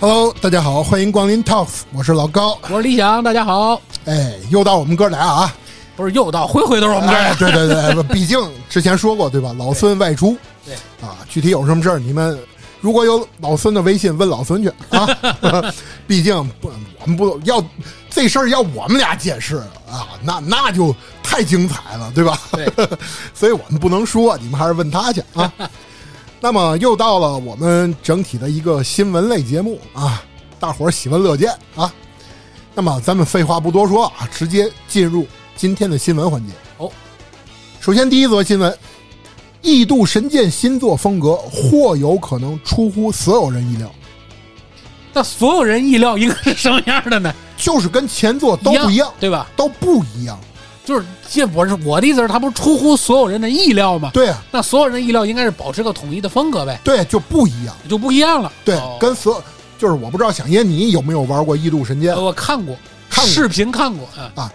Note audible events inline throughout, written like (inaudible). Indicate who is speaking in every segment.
Speaker 1: Hello，大家好，欢迎光临 Talks，我是老高。
Speaker 2: 我是李想，大家好。
Speaker 1: 哎，又到我们哥俩啊！
Speaker 2: 不是又到，回回都是我们这儿。
Speaker 1: 哎，对对对，不毕竟之前说过对吧？老孙外出，
Speaker 2: 对
Speaker 1: 啊，具体有什么事儿，你们如果有老孙的微信，问老孙去
Speaker 2: (laughs)
Speaker 1: 啊。毕竟不，我们不要这事儿要我们俩解释啊，那那就太精彩了，对吧？
Speaker 2: 对，
Speaker 1: (laughs) 所以我们不能说，你们还是问他去
Speaker 2: (laughs)
Speaker 1: 啊。那么又到了我们整体的一个新闻类节目啊，大伙儿喜闻乐见啊。那么咱们废话不多说啊，直接进入今天的新闻环节。
Speaker 2: 哦，
Speaker 1: 首先第一则新闻，《异度神剑》新作风格或有可能出乎所有人意料，
Speaker 2: 那所有人意料应该是什么样的呢？
Speaker 1: 就是跟前作都不一样，
Speaker 2: 对吧？
Speaker 1: 都不一样。
Speaker 2: 就是这，我是我的意思是，他不是出乎所有人的意料吗？
Speaker 1: 对啊，
Speaker 2: 那所有人的意料应该是保持个统一的风格呗，
Speaker 1: 对啊，就不一样。
Speaker 2: 就不一样了。
Speaker 1: 对，
Speaker 2: 哦
Speaker 1: 跟所就是我不知道想爷你有没有玩过《异度神剑》
Speaker 2: 呃我看过，
Speaker 1: 看过
Speaker 2: 视频看过啊。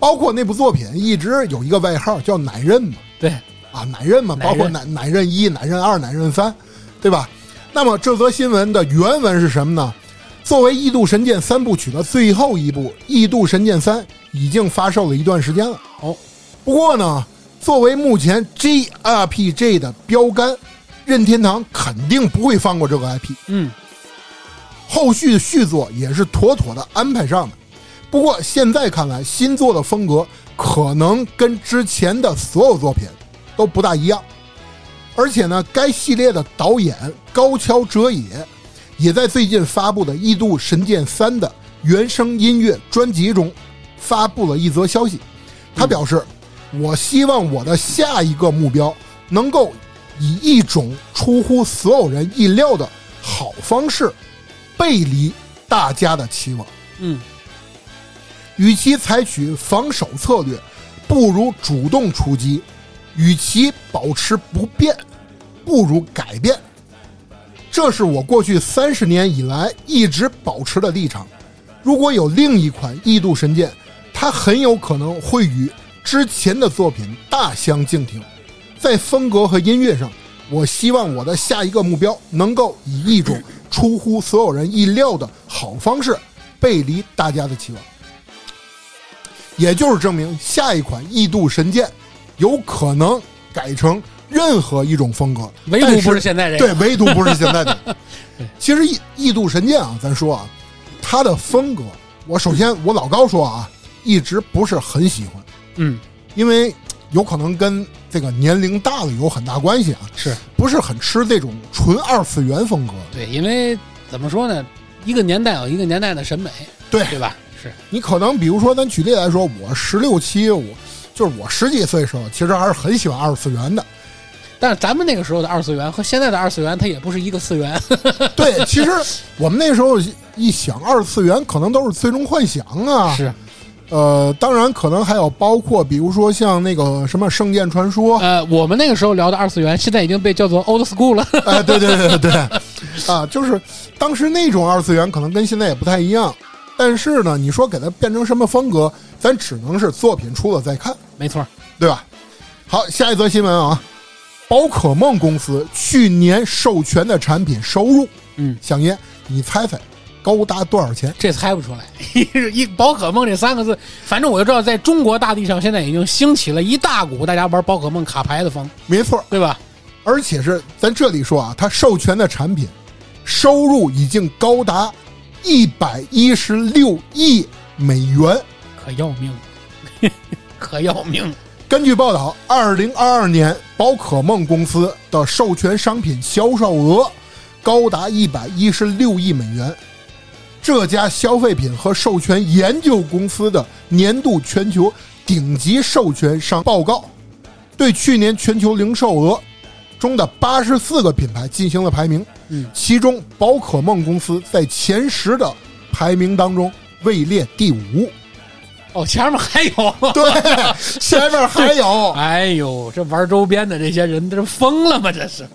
Speaker 1: 包括那部作品一直有一个外号叫“奶刃”嘛，
Speaker 2: 对，
Speaker 1: 啊，奶刃嘛，
Speaker 2: 奶
Speaker 1: 包
Speaker 2: 刃
Speaker 1: 括奶奶刃一、奶刃二、奶刃三，对吧？那么这则新闻的原文是什么呢？作为《异度神剑》三部曲的最后一部，《异度神剑三》已经发售了一段时间了。
Speaker 2: 哦，
Speaker 1: 不过呢，作为目前 JRPG 的标杆，任天堂肯定不会放过这个 IP。
Speaker 2: 嗯，
Speaker 1: 后续的续作也是妥妥的安排上的。不过现在看来，新作的风格可能跟之前的所有作品都不大一样，而且呢，该系列的导演高桥哲也也在最近发布的《异度神剑三》的原声音乐专辑中发布了一则消息，他表示：“我希望我的下一个目标能够以一种出乎所有人意料的好方式背离大家的期望。
Speaker 2: 嗯，
Speaker 1: 与其采取防守策略，不如主动出击；与其保持不变，不如改变。这是我过去三十年以来一直保持的立场。如果有另一款《异度神剑》，它很有可能会与之前的作品大相径庭。在风格和音乐上，我希望我的下一个目标能够以一种出乎所有人意料的好方式，背离大家的期望。也就是证明下一款《异度神剑》有可能改成任何一种风格，
Speaker 2: 唯独
Speaker 1: 但
Speaker 2: 不是现在这个。
Speaker 1: 对，唯独不是现在的。其实《异异度神剑》啊，咱说啊，它的风格，我首先我老高说啊，一直不是很喜欢，
Speaker 2: 嗯，
Speaker 1: 因为有可能跟这个年龄大了有很大关系啊，
Speaker 2: 是
Speaker 1: 不是很吃这种纯二次元风格。
Speaker 2: 对，因为怎么说呢，一个年代有一个年代的审美，
Speaker 1: 对
Speaker 2: 对吧？是，
Speaker 1: 你可能比如说，咱举例来说，我十六七，我就是我十几岁时候，其实还是很喜欢二次元的。
Speaker 2: 但是咱们那个时候的二次元和现在的二次元，它也不是一个次元。
Speaker 1: (laughs) 对，其实我们那时候一想二次元，可能都是最终幻想啊，
Speaker 2: 是，
Speaker 1: 呃，当然可能还有包括，比如说像那个什么《圣剑传说》
Speaker 2: 呃，我们那个时候聊的二次元，现在已经被叫做 old school 了。 (laughs)
Speaker 1: (laughs) 哎，对对对对对，啊，就是当时那种二次元可能跟现在也不太一样，但是呢，你说给它变成什么风格，咱只能是作品出了再看，
Speaker 2: 没错，
Speaker 1: 对吧？好，下一则新闻啊，宝可梦公司去年授权的产品收入，
Speaker 2: 嗯，
Speaker 1: 想爷，你猜猜高达多少钱？
Speaker 2: 这猜不出来。 (laughs) 一宝可梦这三个字，反正我就知道，在中国大地上现在已经兴起了一大股大家玩宝可梦卡牌的风，
Speaker 1: 没错，
Speaker 2: 对吧？
Speaker 1: 而且是咱这里说啊，它授权的产品收入已经高达一百一十六亿美元。
Speaker 2: (laughs) 可要 (laughs) 命，可要命。
Speaker 1: 根据报道，二零二二年宝可梦公司的授权商品销售额高达一百一十六亿美元。这家消费品和授权研究公司的年度全球顶级授权商报告，对去年全球零售额中的八十四个品牌进行了排名。
Speaker 2: 嗯，
Speaker 1: 其中宝可梦公司在前十的排名当中位列第五。
Speaker 2: 哦，前面 (laughs) 还有，
Speaker 1: 对，前面还有。
Speaker 2: 哎呦，这玩周边的这些人，这疯了吗？这是，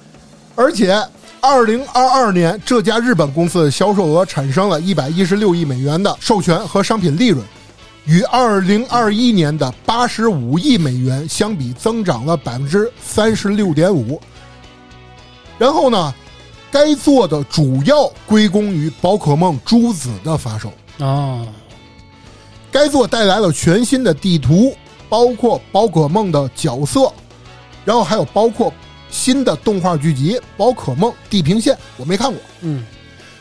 Speaker 1: 而且，二零二二年这家日本公司的销售额产生了一百一十六亿美元的授权和商品利润，与二零二一年的八十五亿美元相比，增长了百分之三十六点五。然后呢，该做的主要归功于宝可梦诸子的发售。
Speaker 2: 哦，
Speaker 1: 该作带来了全新的地图，包括宝可梦的角色，然后还有包括新的动画剧集《宝可梦地平线》，我没看过。
Speaker 2: 嗯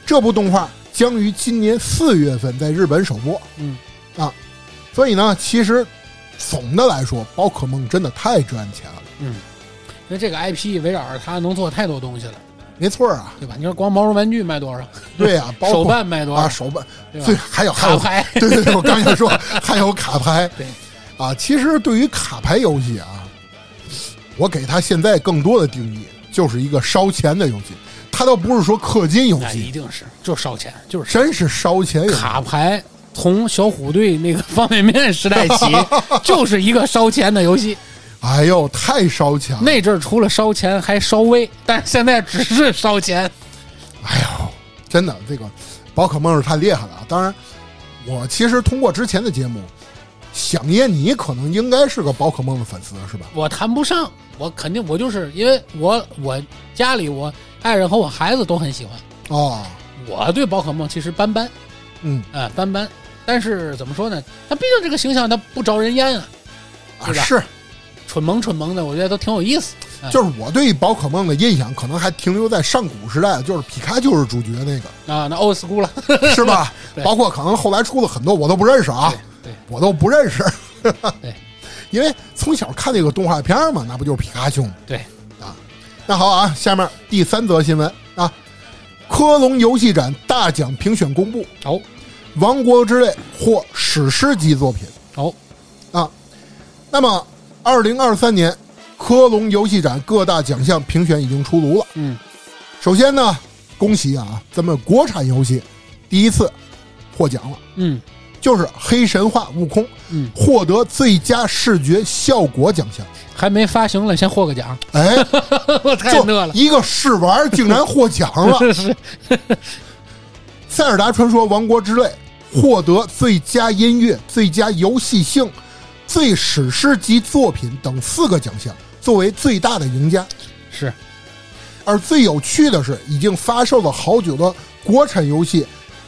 Speaker 1: 这部动画将于今年四月份在日本首播。
Speaker 2: 嗯，
Speaker 1: 啊，所以呢，其实总的来说，宝可梦真的太赚钱了。
Speaker 2: 因为这个 IP 围绕着它能做太多东西了，
Speaker 1: 没错儿啊，
Speaker 2: 对吧？你说光毛绒玩具卖多少，
Speaker 1: 对
Speaker 2: (laughs)
Speaker 1: 啊，包
Speaker 2: 手
Speaker 1: 括
Speaker 2: 办卖多
Speaker 1: 啊
Speaker 2: 少，
Speaker 1: 手办，
Speaker 2: 对吧
Speaker 1: 对，还有还
Speaker 2: 卡
Speaker 1: 有，
Speaker 2: 牌， (laughs)
Speaker 1: 对对对，我刚才说还有卡牌，
Speaker 2: 对
Speaker 1: 啊，其实对于卡牌游戏啊，我给它现在更多的定义就是一个烧钱的游戏，它倒不是说氪金游
Speaker 2: 哎那一
Speaker 1: 戏，
Speaker 2: 定是就烧钱，就是
Speaker 1: 真是烧钱游戏。
Speaker 2: 卡牌。从小虎队那个方便面时代 (laughs) 起，就是一个烧钱的游戏。
Speaker 1: 哎呦，太烧钱了！
Speaker 2: 那阵儿除了烧钱还烧威，但是现在只是烧钱。
Speaker 1: 哎呦，真的，这个宝可梦是太厉害了啊。当然，我其实通过之前的节目，想念你可能应该是个宝可梦的粉丝是吧？
Speaker 2: 我谈不上，我肯定我就是因为我我家里我爱人和我孩子都很喜欢。
Speaker 1: 哦，
Speaker 2: 我对宝可梦其实斑斑
Speaker 1: 嗯，
Speaker 2: 啊、斑斑，但是怎么说呢？它毕竟这个形象它不招人厌啊，
Speaker 1: 啊
Speaker 2: 是吧
Speaker 1: 是，
Speaker 2: 蠢萌蠢萌的，我觉得都挺有意思。
Speaker 1: (laughs) 就是我对宝可梦的印象可能还停留在上古时代，就是皮卡丘是主角那
Speaker 2: (laughs)
Speaker 1: 个，
Speaker 2: 啊，那 old school 了，
Speaker 1: 是吧？
Speaker 2: 对
Speaker 1: 包括可能后来出了很多我都不认识啊，
Speaker 2: 对
Speaker 1: 我都不认识。
Speaker 2: 对，
Speaker 1: (laughs) 因为从小看那个动画片儿嘛，那不就是皮卡丘吗？
Speaker 2: 对，
Speaker 1: 那好啊，下面第三则新闻啊，科隆游戏展大奖评选公布，《
Speaker 2: 哦
Speaker 1: 王国之泪》获史诗级作品
Speaker 2: 哦，
Speaker 1: 啊。那么，二零二三年科隆游戏展各大奖项评选已经出炉了。
Speaker 2: 嗯
Speaker 1: 首先呢，恭喜啊，咱们国产游戏第一次获奖了，
Speaker 2: 嗯
Speaker 1: 就是《黑神话：悟空》
Speaker 2: 嗯，
Speaker 1: 获得最佳视觉效果奖项。
Speaker 2: 还没发行了，先获
Speaker 1: (laughs)
Speaker 2: 个奖， (laughs)
Speaker 1: 哎，
Speaker 2: 我太
Speaker 1: 就
Speaker 2: 乐了。
Speaker 1: 一个试玩儿竟然获奖
Speaker 2: (laughs)
Speaker 1: 了。
Speaker 2: 是是，
Speaker 1: 《塞尔达传说：王国之泪》获得最佳音乐、最佳游戏性、最史诗级作品等四个奖项，作为最大的赢家。
Speaker 2: 是
Speaker 1: 而最有趣的是，已经发售了好久的国产游戏《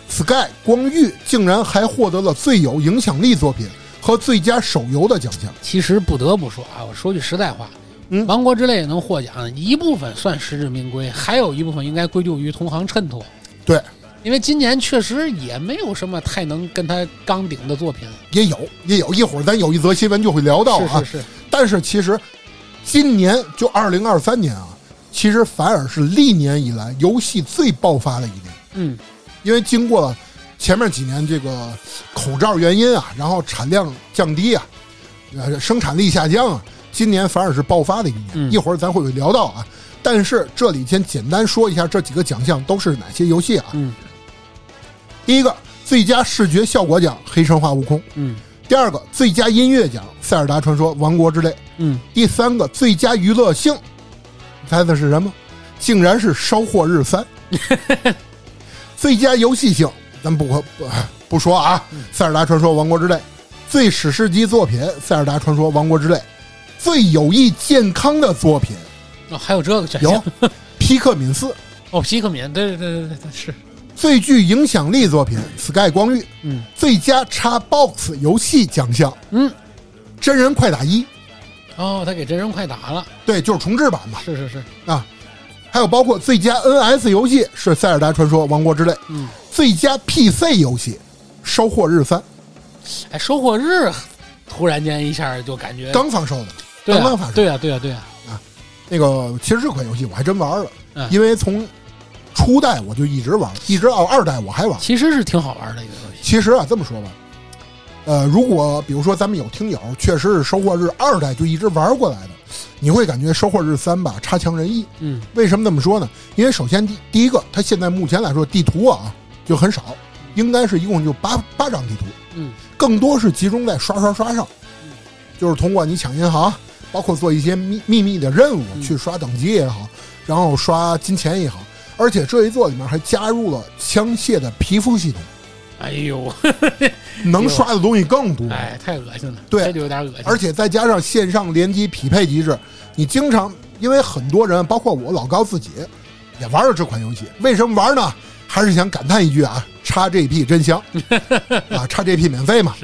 Speaker 1: Sky 光遇》竟然还获得了最有影响力作品和最佳手游的奖项。
Speaker 2: 其实不得不说啊，我说句实在话，
Speaker 1: 嗯
Speaker 2: 王国之泪》能获奖，一部分算实至名归，还有一部分应该归咎于同行衬托，
Speaker 1: 对，
Speaker 2: 因为今年确实也没有什么太能跟他刚顶的作品。
Speaker 1: 也有也有，一会儿咱有一则新闻就会聊到啊。
Speaker 2: 是是是，
Speaker 1: 但是其实今年就二零二三年啊，其实反而是历年以来游戏最爆发的一年，
Speaker 2: 嗯
Speaker 1: 因为经过了前面几年这个口罩原因啊，然后产量降低啊，呃，生产力下降啊，今年反而是爆发的一年。
Speaker 2: 嗯
Speaker 1: 一会儿咱会聊到啊，但是这里先简单说一下这几个奖项都是哪些游戏啊。
Speaker 2: 嗯
Speaker 1: 第一个，最佳视觉效果奖《黑神话：悟空》；
Speaker 2: 嗯
Speaker 1: 第二个，最佳音乐奖《塞尔达传说：王国之泪》。
Speaker 2: 嗯，
Speaker 1: 第三个最佳娱乐性，你猜猜是什么？竟然是《烧货日三》。最佳游戏性，咱不可不不说啊，《塞尔达传说：王国之泪》最史诗级作品《塞尔达传说：王国之泪》最有益健康的作品
Speaker 2: 哦，还有这个选
Speaker 1: 有
Speaker 2: 项
Speaker 1: 《皮克敏四》，
Speaker 2: 哦，皮克敏，对对对对对，是，
Speaker 1: 最具影响力作品《Sky 光遇》，
Speaker 2: 嗯
Speaker 1: 最佳 Xbox 游戏奖项《
Speaker 2: 嗯，
Speaker 1: 真人快打一》，
Speaker 2: 哦，他给真人快打了，
Speaker 1: 对，就是重制版嘛。
Speaker 2: 是是是，
Speaker 1: 啊，还有包括最佳 NS 游戏是《塞尔达传说：王国之泪》，
Speaker 2: 嗯，
Speaker 1: 最佳 PC 游戏《收获日三》，
Speaker 2: 哎，收获日突然间一下就感觉
Speaker 1: 刚发售的，
Speaker 2: 对
Speaker 1: 刚刚
Speaker 2: 啊
Speaker 1: 发售。
Speaker 2: 对啊对啊对啊，
Speaker 1: 那个其实这款游戏我还真玩了，
Speaker 2: 嗯
Speaker 1: 因为从初代我就一直玩，一直到二代我还玩。
Speaker 2: 其实是挺好玩的一个游戏，
Speaker 1: 其实啊，这么说吧，呃，如果比如说咱们有听友确实是《收获日》二代就一直玩过来的，你会感觉《收获日三》吧差强人意。
Speaker 2: 嗯
Speaker 1: 为什么这么说呢？因为首先第第一个，它现在目前来说地图啊就很少，应该是一共就八八张地图，
Speaker 2: 嗯
Speaker 1: 更多是集中在刷刷刷上，就是通过你抢银行，包括做一些秘秘密的任务
Speaker 2: 嗯
Speaker 1: 去刷等级也好，然后刷金钱也好，而且这一座里面还加入了枪械的皮肤系统，
Speaker 2: 哎呦，
Speaker 1: 能刷的东西更多。
Speaker 2: 哎，太恶心了，
Speaker 1: 对
Speaker 2: 这就有点恶心。
Speaker 1: 而且再加上线上联机匹配机制，你经常因为很多人，包括我老高自己，也玩了这款游戏。为什么玩呢？还是想感叹一句啊，叉 GP 真香啊，叉 GP 免费嘛。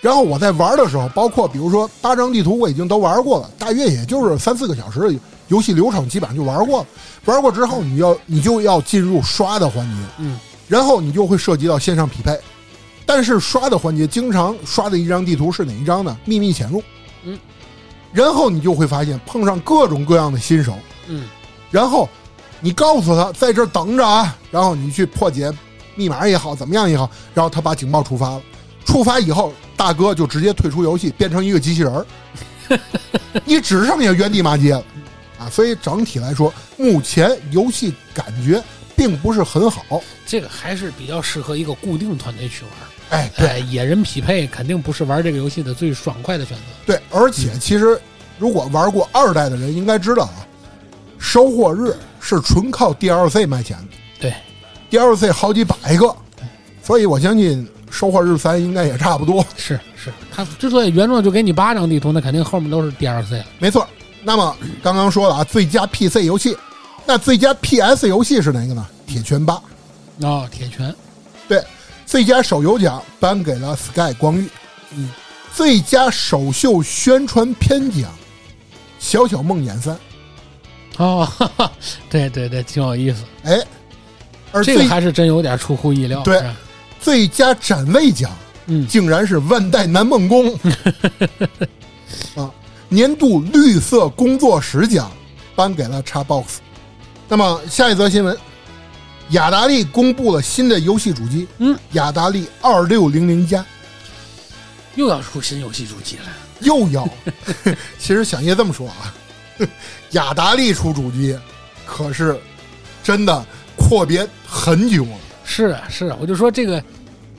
Speaker 1: 然后我在玩的时候，包括比如说八张地图，我已经都玩过了，大约也就是三四个小时的游戏流程，基本上就玩过了。玩过之后，你要你就要进入刷的环节，
Speaker 2: 嗯，
Speaker 1: 然后你就会涉及到线上匹配。但是刷的环节，经常刷的一张地图是哪一张呢？秘密潜入，
Speaker 2: 嗯，
Speaker 1: 然后你就会发现碰上各种各样的新手，
Speaker 2: 嗯
Speaker 1: 然后你告诉他在这儿等着啊，然后你去破解密码也好，怎么样也好，然后他把警报触发了，触发以后，大哥就直接退出游戏，变成一个机器人儿，你只剩下原地骂街了啊！所以整体来说，目前游戏感觉并不是很好。
Speaker 2: 这个还是比较适合一个固定团队去玩。
Speaker 1: 哎，对
Speaker 2: 哎，野人匹配肯定不是玩这个游戏的最爽快的选择。
Speaker 1: 对，而且
Speaker 2: 嗯
Speaker 1: 其实如果玩过二代的人应该知道啊，收获日是纯靠 DLC 卖钱的。
Speaker 2: 对，
Speaker 1: DLC 好几百个，所以我相信收获日三应该也差不多。
Speaker 2: 是是，他之所以原作就给你八张地图，那肯定后面都是 DLC 了。
Speaker 1: 没错，那么刚刚说了啊，最佳 PC 游戏，那最佳 PS 游戏是哪个呢？《铁拳八》。
Speaker 2: 哦，铁拳，
Speaker 1: 对，最佳手游奖颁给了 Sky 光遇，
Speaker 2: 嗯，
Speaker 1: 最佳首秀宣传片奖，《小小梦魇三》。
Speaker 2: 哦， (laughs) 哈哈，对对对，挺有意思。
Speaker 1: 哎，而
Speaker 2: 这
Speaker 1: 最、
Speaker 2: 个还是真有点出乎意料。
Speaker 1: 对
Speaker 2: 是吧
Speaker 1: 最佳展位奖
Speaker 2: 嗯，
Speaker 1: 竟然是万代南梦
Speaker 2: (laughs)
Speaker 1: 宫啊！年度绿色工作室奖颁给了 Xbox。那么下一则新闻，雅达利公布了新的游戏主机，
Speaker 2: 嗯，
Speaker 1: 雅达利二六零零加
Speaker 2: 又要出新游戏主机了。
Speaker 1: 又要。 (laughs) 其实想爷这么说啊， (laughs) 雅达利出主机可是真的阔别很久了。
Speaker 2: 是啊是啊，我就说这个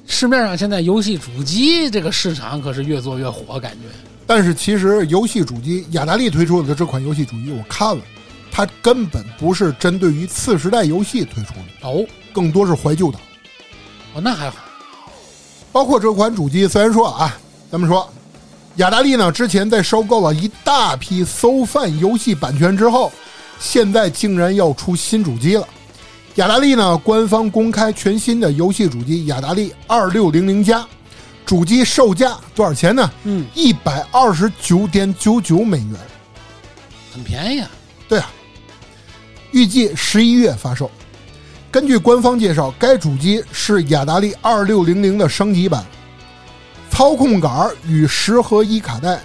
Speaker 2: 市面上现在游戏主机这个市场可是越做越火，感觉。
Speaker 1: 但是其实游戏主机雅达利推出的这款游戏主机，我看了，它根本不是针对于次时代游戏推出的，
Speaker 2: 哦，
Speaker 1: 更多是怀旧党。
Speaker 2: 哦，那还好。
Speaker 1: 包括这款主机，虽然说啊，咱们说雅达利呢之前在收购了一大批搜饭游戏版权之后，现在竟然要出新主机了。雅达利呢官方公开全新的游戏主机雅达利二六零零加，主机售价多少钱呢？
Speaker 2: 嗯，
Speaker 1: 一百二十九点九九美元。
Speaker 2: 很便宜啊。
Speaker 1: 对啊，预计十一月发售。根据官方介绍，该主机是雅达利二六零零的升级版，操控杆儿与十合一卡带，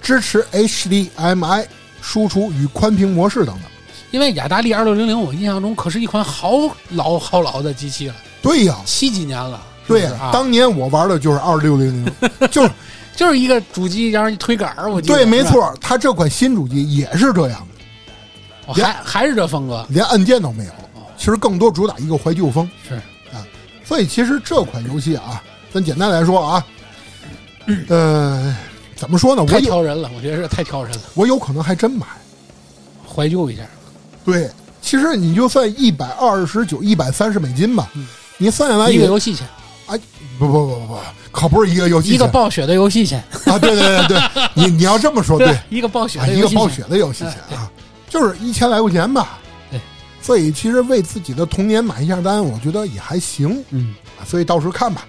Speaker 1: 支持 HDMI 输出与宽屏模式等等。
Speaker 2: 因为雅达利二六零零，我印象中可是一款好老好老的机器了，
Speaker 1: 对呀、
Speaker 2: 七几年了。是不
Speaker 1: 对
Speaker 2: 是
Speaker 1: 呀、
Speaker 2: 啊，
Speaker 1: 当年我玩的就是二六零零， (laughs) 就是
Speaker 2: 就是一个主机，然后一推杆儿， (laughs) 我记得
Speaker 1: 对，没
Speaker 2: 是吧
Speaker 1: 错，它这款新主机也是这样的，
Speaker 2: 哦还还是这风格，
Speaker 1: 连按键都没有。其实更多主打一个怀旧风。
Speaker 2: 哦
Speaker 1: 啊
Speaker 2: 是
Speaker 1: 所以其实这款游戏啊，咱简单来说啊，呃，怎么说呢？我
Speaker 2: 太
Speaker 1: 有
Speaker 2: 挑人了，我觉得是太挑人了，
Speaker 1: 我有可能还真买。
Speaker 2: 怀旧一下。
Speaker 1: 对，其实你就算一百二十九、一百三十美金吧，
Speaker 2: 嗯
Speaker 1: 你算下来
Speaker 2: 一个
Speaker 1: 也
Speaker 2: 游戏钱，
Speaker 1: 不不不不不，可不是一个游戏
Speaker 2: 一个
Speaker 1: 钱
Speaker 2: 暴雪的游戏钱，
Speaker 1: 啊！对对对
Speaker 2: (laughs)
Speaker 1: 对，你你要这么说，对，
Speaker 2: 一个暴雪
Speaker 1: 啊，
Speaker 2: 的
Speaker 1: 一
Speaker 2: 游
Speaker 1: 个
Speaker 2: 戏
Speaker 1: 暴
Speaker 2: 钱哎
Speaker 1: 雪的游戏钱啊，就是一千来块钱吧。
Speaker 2: 对，
Speaker 1: 所以其实为自己的童年买一下单，我觉得也还行。
Speaker 2: 嗯，
Speaker 1: 啊所以到时候看吧。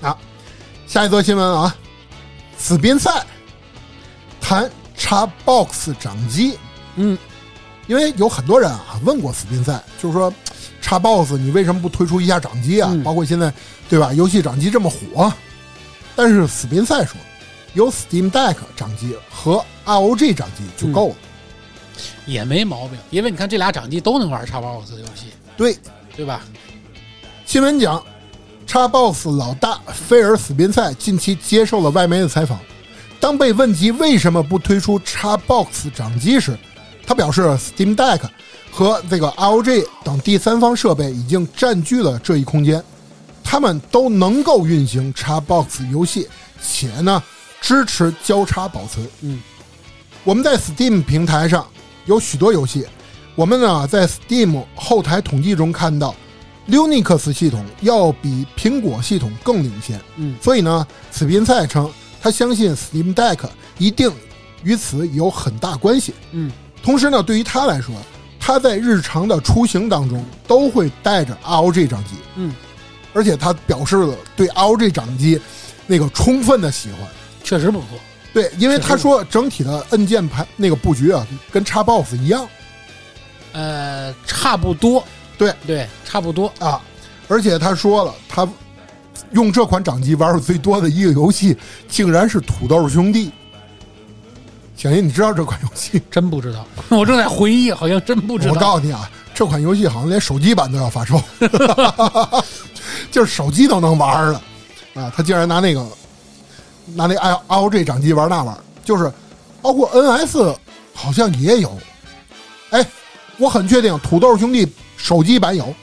Speaker 1: 啊，下一则新闻啊，死边赛谈 Xbox 掌机，
Speaker 2: 嗯，
Speaker 1: 因为有很多人啊问过死边赛，就是说 Xbox 你为什么不推出一下掌机啊？
Speaker 2: 嗯
Speaker 1: 包括现在对吧，游戏掌机这么火，啊但是死边赛说，有 Steam Deck 掌机和 ROG 掌机就够了。
Speaker 2: 也没毛病，因为你看这俩掌机都能玩 Xbox 的游戏，
Speaker 1: 对，
Speaker 2: 对吧？
Speaker 1: 新闻讲，Xbox 老大菲尔·斯宾塞近期接受了外媒的采访。当被问及为什么不推出 Xbox 掌机时，他表示 Steam Deck 和这个 ROG 等第三方设备已经占据了这一空间，他们都能够运行 Xbox 游戏，且呢支持交叉保存。
Speaker 2: 嗯，
Speaker 1: 我们在 Steam 平台上有许多游戏，我们呢在 Steam 后台统计中看到，Linux 系统要比苹果系统更领先。
Speaker 2: 嗯，
Speaker 1: 所以呢，此宾赛称他相信 Steam Deck 一定与此有很大关系。
Speaker 2: 嗯，
Speaker 1: 同时呢，对于他来说他在日常的出行当中都会带着 ROG 掌机，
Speaker 2: 嗯，
Speaker 1: 而且他表示了对 ROG 掌机那个充分的喜欢。
Speaker 2: 确实不错。
Speaker 1: 对，因为
Speaker 2: 确实
Speaker 1: 他说整体的按键盘那个布局啊，跟 Xbox 一样
Speaker 2: 呃，差不多，
Speaker 1: 对
Speaker 2: 对，差不多。
Speaker 1: 啊，而且他说了，他用这款掌机玩的最多的一个游戏，竟然是《土豆兄弟》。小爷，你知道这款游戏？
Speaker 2: 真不知道， (laughs) 我正在回忆，好像真不知
Speaker 1: 我
Speaker 2: 道。
Speaker 1: 告诉你啊，这款游戏好像连手机版都要发
Speaker 2: (laughs)
Speaker 1: 售， (laughs) 就是手机都能玩儿了啊！他竟然拿那个拿那 i r o g 掌机玩那玩意儿，就是包括 NS 好像也有。哎，我很确定土豆兄弟手机版有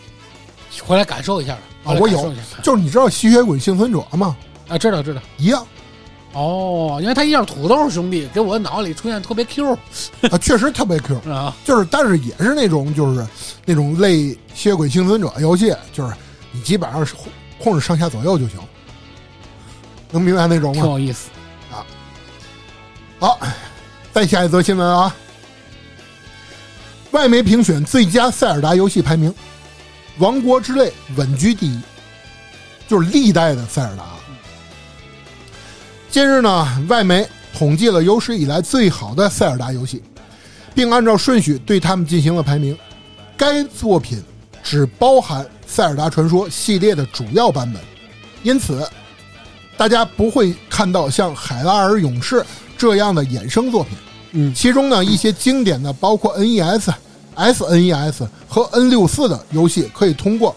Speaker 2: 回来感受一下吧
Speaker 1: 啊，我
Speaker 2: 回来
Speaker 1: 有
Speaker 2: 感受一。下
Speaker 1: 就是你知道吸血鬼幸存者吗？
Speaker 2: 啊，知道知道。
Speaker 1: 一样
Speaker 2: 哦，因为他一叫土豆兄弟，给我脑里出现特别 Q
Speaker 1: 啊，确实特别 Q。
Speaker 2: 啊，
Speaker 1: 就是，但是也是那种就是那种类吸血鬼幸存者游戏，就是你基本上是控控制上下左右就行，能明白那种
Speaker 2: 挺
Speaker 1: 吗？
Speaker 2: 有意思。
Speaker 1: 好，再下一则新闻啊，外媒评选最佳塞尔达游戏排名，《王国之泪》稳居第一，就是历代的塞尔达。啊近日呢，外媒统计了有史以来最好的塞尔达游戏，并按照顺序对它们进行了排名。该作品只包含《塞尔达传说》系列的主要版本，因此大家不会看到像《海拉尔勇士》这样的衍生作品。
Speaker 2: 嗯
Speaker 1: 其中呢，一些经典的包括 E NES、SNES E 和 N 6 4的游戏，可以通过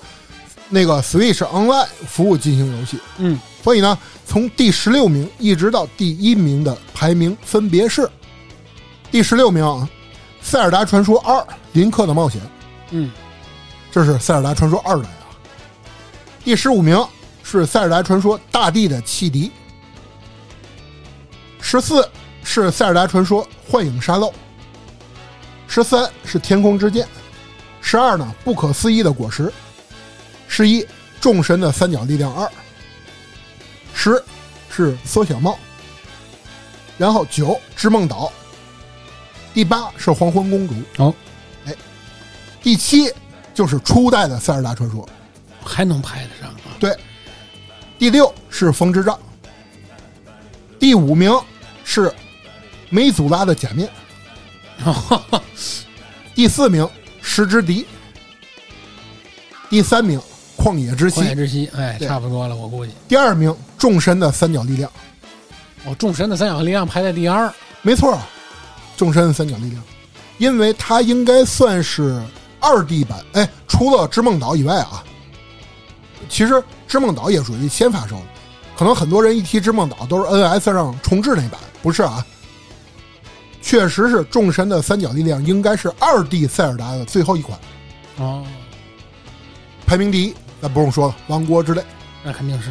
Speaker 1: 那个 Switch Online 服务进行游戏。
Speaker 2: 嗯，
Speaker 1: 所以呢，从第十六名一直到第一名的排名分别是：第十六名啊，《塞尔达传说二：林克的冒险》，
Speaker 2: 嗯，
Speaker 1: 这是《塞尔达传说二》来啊。第十五名是《塞尔达传说：大地的汽笛》，十四是《塞尔达传说：幻影沙漏》，十三是《天空之剑》，十二呢，《不可思议的果实》，十一《众神的三角力量二》，十是缩小帽，然后九《织梦岛》，第八是《黄昏公主》，
Speaker 2: 哦，
Speaker 1: 哎，第七就是初代的《塞尔达传说》，
Speaker 2: 还能排得上啊？
Speaker 1: 对，第六是《风之杖》，第五名是梅祖拉的假面，
Speaker 2: 啊 (laughs)
Speaker 1: 第四名石之笛，第三名旷野之息
Speaker 2: 旷，野之息，哎，
Speaker 1: 对
Speaker 2: 差不多了，我估计。
Speaker 1: 第二名众神的三角力量，
Speaker 2: 哦，众神的三角力量排在第二，
Speaker 1: 没错啊，众神的三角力量，因为它应该算是二 D 版，哎，除了织梦岛以外啊，其实织梦岛也属于先发售的，可能很多人一提织梦岛都是 NS 上重置那版，不是啊。确实是众神的三角力量应该是二 D 塞尔达的最后一款，
Speaker 2: 哦，
Speaker 1: 排名第一，那不用说了，《王国之泪》。
Speaker 2: 那肯定是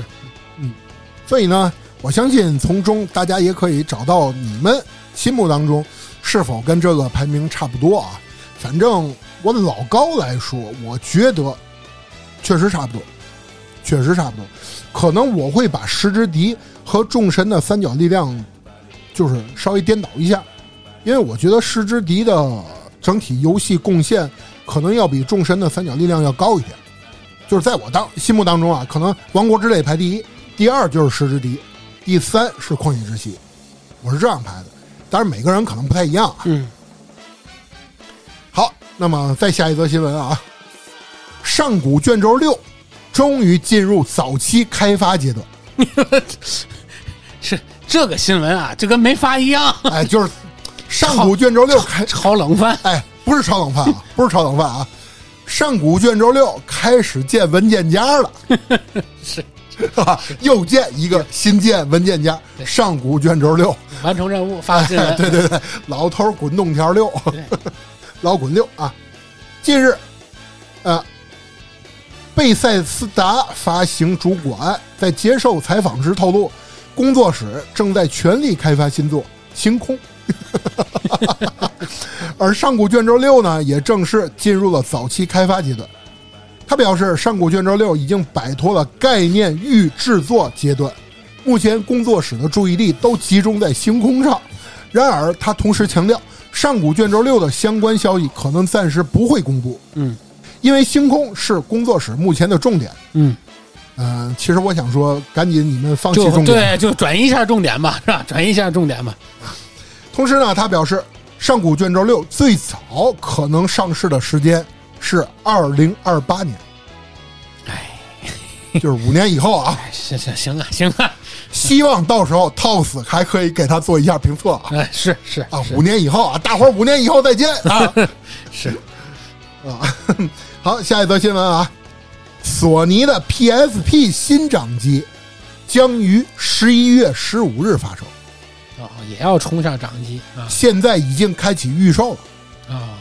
Speaker 1: 所以呢，我相信从中大家也可以找到你们心目当中是否跟这个排名差不多啊。反正我老高来说，我觉得确实差不多，确实差不多。可能我会把十之敌和众神的三角力量，就是稍微颠倒一下，因为我觉得十之敌的整体游戏贡献可能要比众神的三角力量要高一点。就是在我当心目当中啊，可能《王国之泪》排第一，第二就是《十之敌》，第三是《旷野之息》，我是这样排的。当然每个人可能不太一样啊。
Speaker 2: 嗯，
Speaker 1: 好，那么再下一则新闻啊，《上古卷轴六》终于进入早期开发阶段，
Speaker 2: (laughs) 是这个新闻啊，就跟没发一样，
Speaker 1: 哎，就是《上古卷轴六》开 (laughs)
Speaker 2: (laughs) 炒冷饭。
Speaker 1: 哎，不是炒冷饭啊，不是炒冷饭啊，《上古卷轴六》开始建文件夹了，
Speaker 2: 是
Speaker 1: 啊， (laughs) 又建一个新建文件夹，《上古卷轴六》
Speaker 2: 完成任务，发个新
Speaker 1: (laughs)
Speaker 2: 闻。
Speaker 1: 对对对，老头儿滚动条六， (laughs)
Speaker 2: 对
Speaker 1: 老滚六啊。近日，呃，贝塞斯达发行主管在接受采访时透露，工作室正在全力开发新作《星空》， (laughs) 而《上古卷轴六》呢，也正式进入了早期开发阶段。他表示，《上古卷轴六》已经摆脱了概念预制作阶段，目前工作室的注意力都集中在星空上。然而，他同时强调，《上古卷轴六的相关消息可能暂时不会公布，
Speaker 2: 嗯
Speaker 1: 因为星空是工作室目前的重点。
Speaker 2: 嗯，
Speaker 1: 嗯、其实我想说，赶紧你们放弃
Speaker 2: 就
Speaker 1: 重哦点。
Speaker 2: 对，就转移一下重点吧， (laughs) 是吧？转移一下重点吧。
Speaker 1: 同时呢，他表示，上古卷轴六最早可能上市的时间是二零二八年，
Speaker 2: 哎，
Speaker 1: 就是五年以后
Speaker 2: (laughs)
Speaker 1: 啊。
Speaker 2: 哎行行行啊，行啊，
Speaker 1: 希望到时候 TOS 还可以给他做一下评测啊
Speaker 2: 哎，是是
Speaker 1: 啊，
Speaker 2: 是 (laughs)
Speaker 1: 五年以后啊，大伙儿五年以后再见啊
Speaker 2: 是，
Speaker 1: 啊！ (laughs) 好，下一则新闻啊，索尼的 PSP 新掌机将于十一月十五日发售，
Speaker 2: 哦，也要冲上掌机啊
Speaker 1: 现在已经开启预售了。
Speaker 2: 啊！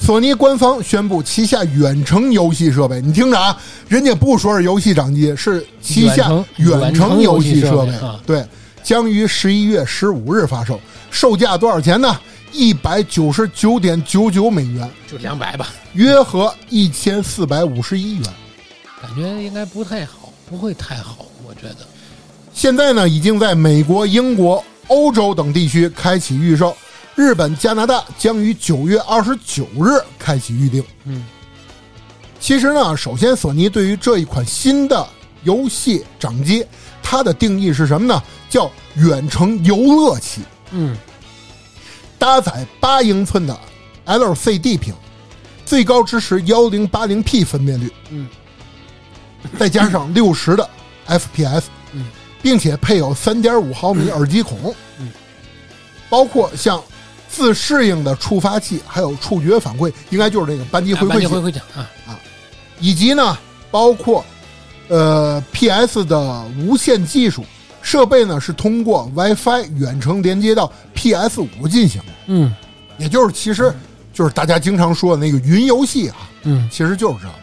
Speaker 1: 索尼官方宣布，旗下远程游戏设备，你听着啊，人家不说是游戏掌机，是旗下远
Speaker 2: 远
Speaker 1: 程
Speaker 2: 程
Speaker 1: 游
Speaker 2: 游
Speaker 1: 戏
Speaker 2: 戏
Speaker 1: 设
Speaker 2: 设
Speaker 1: 备
Speaker 2: 备啊，
Speaker 1: 对，将于十一月十五日发售，售价多少钱呢？一百九十九点九九美元，
Speaker 2: 就两百吧，
Speaker 1: 约合一千四百五十一元。
Speaker 2: 感觉应该不太好，不会太好，我觉得。
Speaker 1: 现在呢，已经在美国、英国、欧洲等地区开启预售，日本、加拿大将于九月二十九日开启预定。
Speaker 2: 嗯
Speaker 1: 其实呢，首先索尼对于这一款新的游戏掌机，它的定义是什么呢？叫远程游乐器，
Speaker 2: 嗯
Speaker 1: 搭载八英寸的 LCD 屏，最高支持幺零八零 P 分辨率，
Speaker 2: 嗯，
Speaker 1: 再加上六十的 FPS，
Speaker 2: 嗯，
Speaker 1: 并且配有三点五毫米耳机孔，
Speaker 2: 嗯，
Speaker 1: 包括像自适应的触发器，还有触觉反馈，应该就是这个扳机
Speaker 2: 一
Speaker 1: 回馈器，
Speaker 2: 回馈奖啊，
Speaker 1: 以及呢，包括呃 PS 的无线技术设备呢，是通过 WiFi 远程连接到 PS 五进行的，
Speaker 2: 嗯
Speaker 1: 也就是其实就是大家经常说的那个云游戏啊，
Speaker 2: 嗯，啊
Speaker 1: 其实就是这样。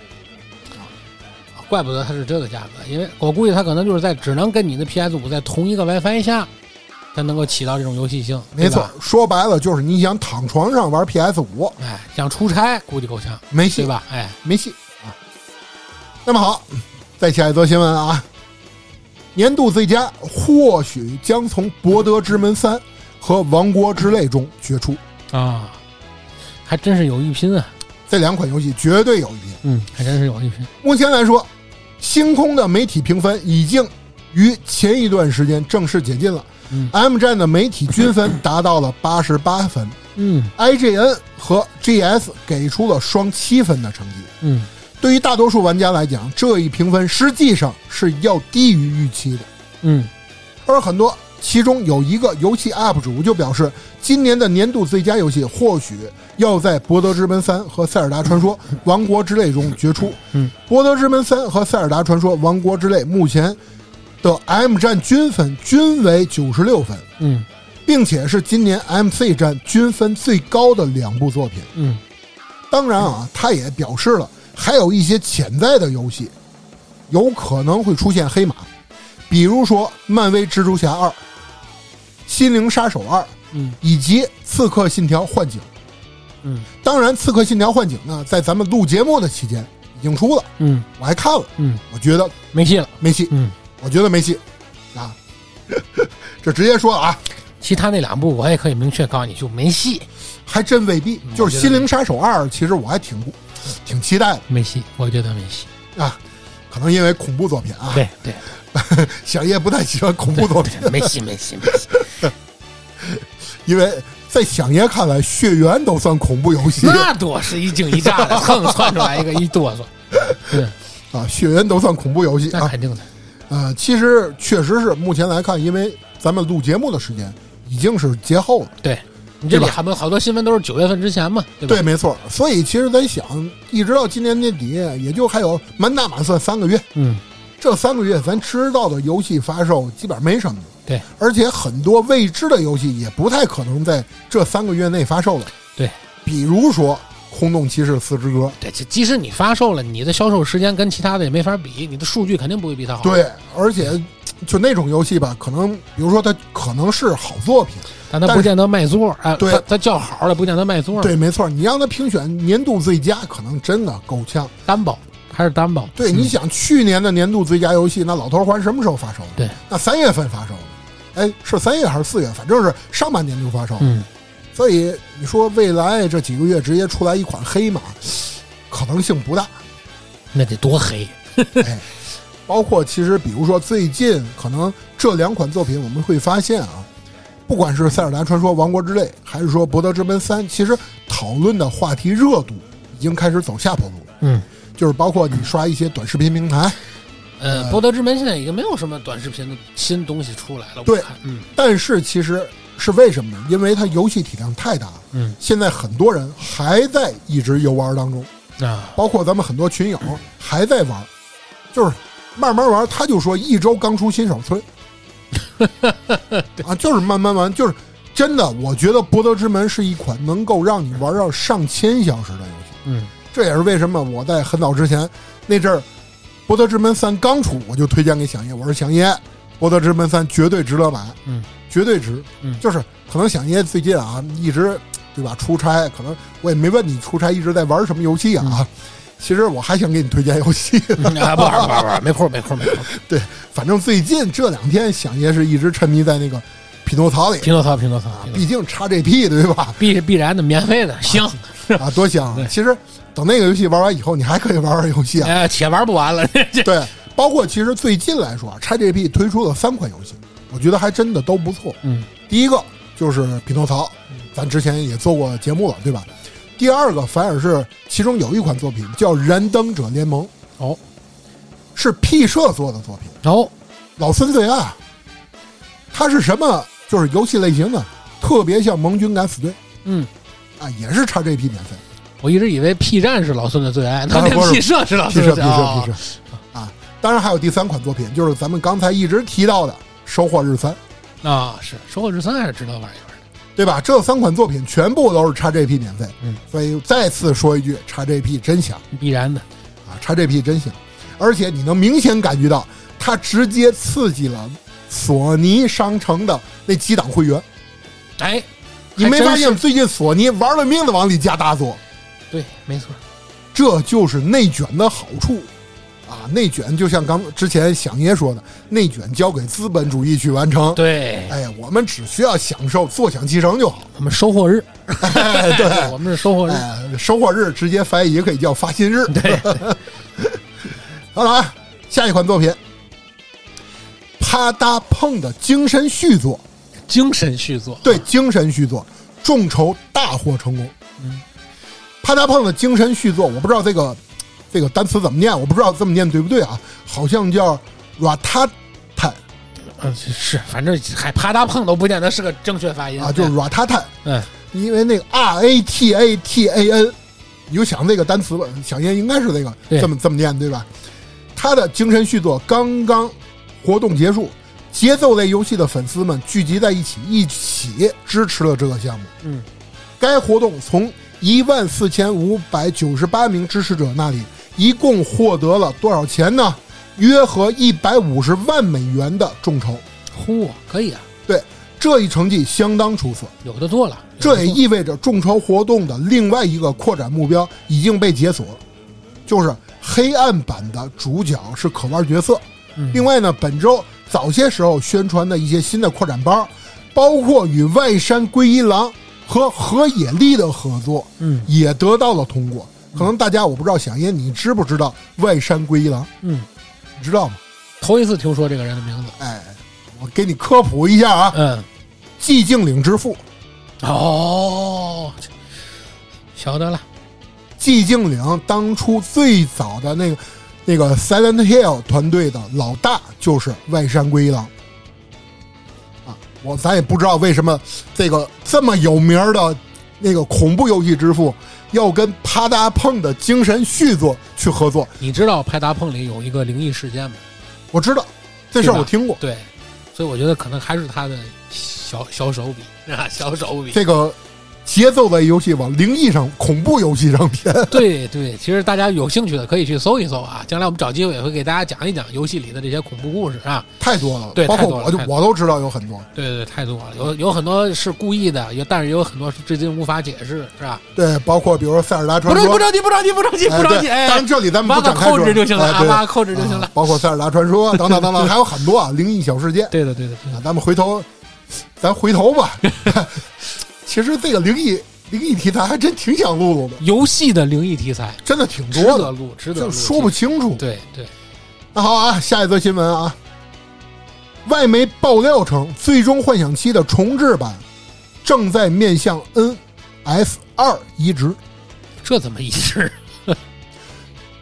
Speaker 2: 怪不得它是这个价格，因为我估计它可能就是在只能跟你的 PS 五在同一个 WiFi 下，它能够起到这种游戏性，
Speaker 1: 没
Speaker 2: 对
Speaker 1: 错
Speaker 2: 吧。，
Speaker 1: 说白了就是你想躺床上玩 PS 五，
Speaker 2: 哎，想出差估计够呛，
Speaker 1: 没戏
Speaker 2: 对吧？哎，
Speaker 1: 没戏啊。那么好，再下一则新闻啊，年度最佳或许将从《博德之门三》和《王国之泪》中决出，
Speaker 2: 啊，还真是有一拼啊，
Speaker 1: 这两款游戏绝对有一拼。
Speaker 2: 嗯，还真是有一拼，
Speaker 1: 目前来说，星空的媒体评分已经于前一段时间正式解禁了。
Speaker 2: 嗯
Speaker 1: M 站的媒体均分达到了八十八分
Speaker 2: 嗯
Speaker 1: ，IGN 和 GS 给出了双七分的成绩。
Speaker 2: 嗯，
Speaker 1: 对于大多数玩家来讲，这一评分实际上是要低于预期的。
Speaker 2: 嗯
Speaker 1: 而很多其中有一个游戏 UP 主就表示，今年的年度最佳游戏或许要在《博德之门三》和《塞尔达传说：王国之泪》中决出。
Speaker 2: 嗯，
Speaker 1: 《博德之门三》和《塞尔达传说：王国之泪》目前的 M 站均分均为九十六分，
Speaker 2: 嗯
Speaker 1: 并且是今年 MC 站均分最高的两部作品。
Speaker 2: 嗯
Speaker 1: 当然啊，他也表示了，还有一些潜在的游戏有可能会出现黑马，比如说《漫威蜘蛛侠二》《心灵杀手二》
Speaker 2: 嗯
Speaker 1: 以及《刺客信条：幻景》。
Speaker 2: 嗯
Speaker 1: 当然，《刺客信条：幻景》呢，在咱们录节目的期间已经出了，
Speaker 2: 嗯
Speaker 1: 我还看了，
Speaker 2: 嗯，
Speaker 1: 我觉得
Speaker 2: 没戏了，
Speaker 1: 没戏，
Speaker 2: 嗯。
Speaker 1: 我觉得没戏啊。 (laughs) 这直接说啊，
Speaker 2: 其他那两部我也可以明确告诉你，就没戏，
Speaker 1: 还真未必。
Speaker 2: 嗯
Speaker 1: 就是《
Speaker 2: 我觉得
Speaker 1: 心灵杀手二》，其实我还挺挺期待
Speaker 2: 没戏，我觉得没戏。
Speaker 1: 的啊，可能因为恐怖作品啊。
Speaker 2: 对对，
Speaker 1: (laughs) 小叶不太喜欢恐怖作品，
Speaker 2: 没戏没戏没戏。
Speaker 1: 因为在小叶看来，《血缘》都算恐怖游戏啊，
Speaker 2: 那多是一惊一乍的，蹭窜出来一个一哆嗦。嗯，
Speaker 1: 《啊血缘》都算恐怖游戏
Speaker 2: 那
Speaker 1: 啊。
Speaker 2: 肯定的。
Speaker 1: 呃，其实确实是目前来看，因为咱们录节目的时间已经是节后了，
Speaker 2: 对你这里
Speaker 1: 对吧
Speaker 2: 还没有好多新闻都是九月份之前嘛，对吧？
Speaker 1: 对，没错。所以其实咱想，一直到今年年底，也就还有满打满算三个月，
Speaker 2: 嗯
Speaker 1: 这三个月咱知道的游戏发售基本上没什么。
Speaker 2: 对，
Speaker 1: 而且很多未知的游戏也不太可能在这三个月内发售了。
Speaker 2: 对，
Speaker 1: 比如说《空洞骑士四之歌》，
Speaker 2: 对，即即使你发售了，你的销售时间跟其他的也没法比，你的数据肯定不会比它好。，
Speaker 1: 对，而且就那种游戏吧，可能比如说它可能是好作品，
Speaker 2: 但它
Speaker 1: 但
Speaker 2: 不
Speaker 1: 是
Speaker 2: 见得卖座，哎，
Speaker 1: 对
Speaker 2: 它它叫好了，不见得卖座。，
Speaker 1: 对，没错，你让它评选年度最佳，可能真的够呛。
Speaker 2: 担保还是担保。
Speaker 1: 对，
Speaker 2: 嗯
Speaker 1: 你想去年的年度最佳游戏，那《老头环》什么时候发售的？
Speaker 2: 对，
Speaker 1: 那三月份发售的。哎，是三月还是四月？反正是上半年就发售了。
Speaker 2: 嗯
Speaker 1: 所以你说未来这几个月直接出来一款黑马，可能性不大。
Speaker 2: 那得多黑！
Speaker 1: 包括其实比如说最近可能这两款作品，我们会发现啊，不管是《塞尔达传说：王国之泪》还是说《博德之门三》，其实讨论的话题热度已经开始走下坡路了。
Speaker 2: 嗯，
Speaker 1: 就是包括你刷一些短视频平台，
Speaker 2: 呃，博德之门现在已经没有什么短视频的新东西出来了。我
Speaker 1: 对
Speaker 2: 看，嗯
Speaker 1: 但是其实是为什么呢？因为它游戏体量太大了，
Speaker 2: 嗯
Speaker 1: 现在很多人还在一直游玩当中，
Speaker 2: 啊，
Speaker 1: 包括咱们很多群友还在玩，就是慢慢玩。他就说一周刚出新手村，啊，就是慢慢玩，就是真的。我觉得《博德之门》是一款能够让你玩到上千小时的游戏， (laughs)
Speaker 2: 嗯
Speaker 1: 这也是为什么我在很早之前那阵儿，《博德之门三》刚出，我就推荐给响爷，我说响爷，《博德之门三》绝对值得买，
Speaker 2: 嗯，
Speaker 1: 绝对值，
Speaker 2: 嗯
Speaker 1: 就是可能响爷最近啊一直对吧出差，可能我也没问你出差一直在玩什么游戏啊，其实我还想给你推荐游戏， (laughs)
Speaker 2: 嗯啊，不玩不玩不玩，没空没空没空。
Speaker 1: 对，反正最近这两天响爷是一直沉迷在那个匹诺曹里，
Speaker 2: 拼多多拼多多，拼多多
Speaker 1: 毕竟 XGP 对吧？
Speaker 2: (laughs) 必必然的，免费的，行。
Speaker 1: 啊，多香啊！其实等那个游戏玩完以后，你还可以玩玩游戏啊，
Speaker 2: 哎，且玩不
Speaker 1: (laughs)
Speaker 2: 完了，这
Speaker 1: 对，包括其实最近来说啊，XGP 推出了三款游戏，我觉得还真的都不错。
Speaker 2: 嗯，
Speaker 1: 第一个就是《匹诺曹》，咱之前也做过节目了，对吧？第二个反而是其中有一款作品叫《燃灯者联盟》，
Speaker 2: 哦
Speaker 1: 是 P 社做的作品，
Speaker 2: 哦，
Speaker 1: 老孙最爱啊。它是什么？就是游戏类型呢，特别像《盟军敢死队》
Speaker 2: 嗯，
Speaker 1: 啊，也是 XGP 免费。
Speaker 2: 我一直以为 P 站是老孙的最爱，
Speaker 1: 啊
Speaker 2: 那那
Speaker 1: 不是
Speaker 2: P 社是老
Speaker 1: 提
Speaker 2: 孙
Speaker 1: 示
Speaker 2: 的
Speaker 1: 提
Speaker 2: 最
Speaker 1: 示
Speaker 2: 爱。
Speaker 1: 提
Speaker 2: 哦
Speaker 1: 示啊！当然还有第三款作品，就是咱们刚才一直提到的《收获日三》。
Speaker 2: 啊，是《守火之三》还是值得玩一玩的。
Speaker 1: 对吧？这三款作品全部都是 XGP 免费，
Speaker 2: 嗯，
Speaker 1: 所以再次说一句，XGP 真香
Speaker 2: 必然的，
Speaker 1: 啊！XGP 真香，而且你能明显感觉到，它直接刺激了索尼商城的那几档会员。
Speaker 2: 哎，
Speaker 1: 你没
Speaker 2: 还真
Speaker 1: 发现
Speaker 2: 是？
Speaker 1: 最近索尼玩了命的往里加大作，
Speaker 2: 对，没错。
Speaker 1: 这就是内卷的好处啊！内卷就像刚之前响爷说的，内卷交给资本主义去完成。
Speaker 2: 对
Speaker 1: 哎，我们只需要享受，坐享其成就
Speaker 2: (laughs)
Speaker 1: 好。
Speaker 2: 我们收获日，
Speaker 1: 哎，对。
Speaker 2: (laughs) 我们是收获日。
Speaker 1: 哎，收获日直接翻译也可以叫发薪日。对， (laughs) 好了啊，下一款作品，啪嗒碰的精神续作，
Speaker 2: 精神续作。
Speaker 1: 对，精神续作，众筹大获成功。
Speaker 2: 嗯，
Speaker 1: 啪嗒碰的精神续作，我不知道这个这个单词怎么念，我不知道这么念对不对啊？好像叫 ratatan
Speaker 2: 嗯，是，反正还啪嗒碰都不见得是个正确发音
Speaker 1: 啊，就是 ratatan，
Speaker 2: 嗯，
Speaker 1: 因为那个 r a t a t a n，你就想这个单词吧，想念应该是这个
Speaker 2: 对
Speaker 1: 这么这么念对吧？他的精神续作刚刚活动结束，节奏类游戏的粉丝们聚集在一起，一起支持了这个项目。
Speaker 2: 嗯，
Speaker 1: 该活动从一万四千五百九十八名支持者那里一共获得了多少钱呢？约合一百五十万美元的众筹。
Speaker 2: 呼，可以啊，
Speaker 1: 对这一成绩相当出色，
Speaker 2: 有的做了。有
Speaker 1: 这
Speaker 2: 的
Speaker 1: 也
Speaker 2: 做
Speaker 1: 意味着众筹活动的另外一个扩展目标已经被解锁，就是黑暗版的主角是可玩角色。
Speaker 2: 嗯
Speaker 1: 另外呢，本周早些时候宣传的一些新的扩展包，包括与外山圭一郎和河野利的合作，
Speaker 2: 嗯
Speaker 1: 也得到了通过。可能大家我不知道，响爷你知不知道外山圭一郎？
Speaker 2: 嗯，
Speaker 1: 你知道吗？
Speaker 2: 头一次听说这个人的名字。
Speaker 1: 哎，我给你科普一下啊，
Speaker 2: 嗯，
Speaker 1: 寂静岭之父，
Speaker 2: 哦，晓得了。
Speaker 1: 寂静岭当初最早的那个那个 Silent Hill 团队的老大就是外山圭一郎。啊，我咱也不知道为什么这个这么有名儿的那个恐怖游戏之父要跟啪嗒碰的精神续作去合作。
Speaker 2: 你知道拍达碰里有一个灵异事件吗？
Speaker 1: 我知道这事儿
Speaker 2: 对吧
Speaker 1: 我听过，
Speaker 2: 对，所以我觉得可能还是他的小小手笔啊，小手笔。
Speaker 1: 这个节奏类游戏往灵异上、恐怖游戏上偏。
Speaker 2: (laughs) 对对，其实大家有兴趣的可以去搜一搜啊，将来我们找机会也会给大家讲一讲游戏里的这些恐怖故事啊。
Speaker 1: 太多了，
Speaker 2: 对
Speaker 1: 包括
Speaker 2: 太多了
Speaker 1: 我就
Speaker 2: 太多
Speaker 1: 我都知道有很多。
Speaker 2: 对对，太多了，有有很多是故意的，有但是也有很多是至今无法解释，是吧？
Speaker 1: 对，包括比如说塞尔达传
Speaker 2: 不着
Speaker 1: 说，
Speaker 2: 不着急，不着急，不着急，
Speaker 1: 哎
Speaker 2: (laughs) 不着急，
Speaker 1: 对
Speaker 2: 哎，
Speaker 1: 当然这里咱们
Speaker 2: 挖
Speaker 1: 不
Speaker 2: 个
Speaker 1: 展开
Speaker 2: 扣
Speaker 1: 说
Speaker 2: 置就行了，
Speaker 1: 哎
Speaker 2: 啊，
Speaker 1: 对
Speaker 2: 挖个扣置就行了
Speaker 1: 啊。包括《塞尔达传
Speaker 2: (laughs)
Speaker 1: 说》等等等等，还有很多啊灵异小事件。
Speaker 2: 对的，对的，对
Speaker 1: 啊
Speaker 2: 的，
Speaker 1: 咱们回头，咱回头吧。 (laughs) 其实这个灵异灵异题材还真挺想录录的，
Speaker 2: 游戏的灵异题材，
Speaker 1: 真的挺
Speaker 2: 值
Speaker 1: 多
Speaker 2: 得
Speaker 1: 的，
Speaker 2: 录，值得
Speaker 1: 就
Speaker 2: 录，
Speaker 1: 说不清楚。
Speaker 2: 对对，
Speaker 1: 那好啊，下一则新闻啊，外媒爆料称，《最终幻想七》的重制版正在面向 NS 二移植。
Speaker 2: 这怎么一致？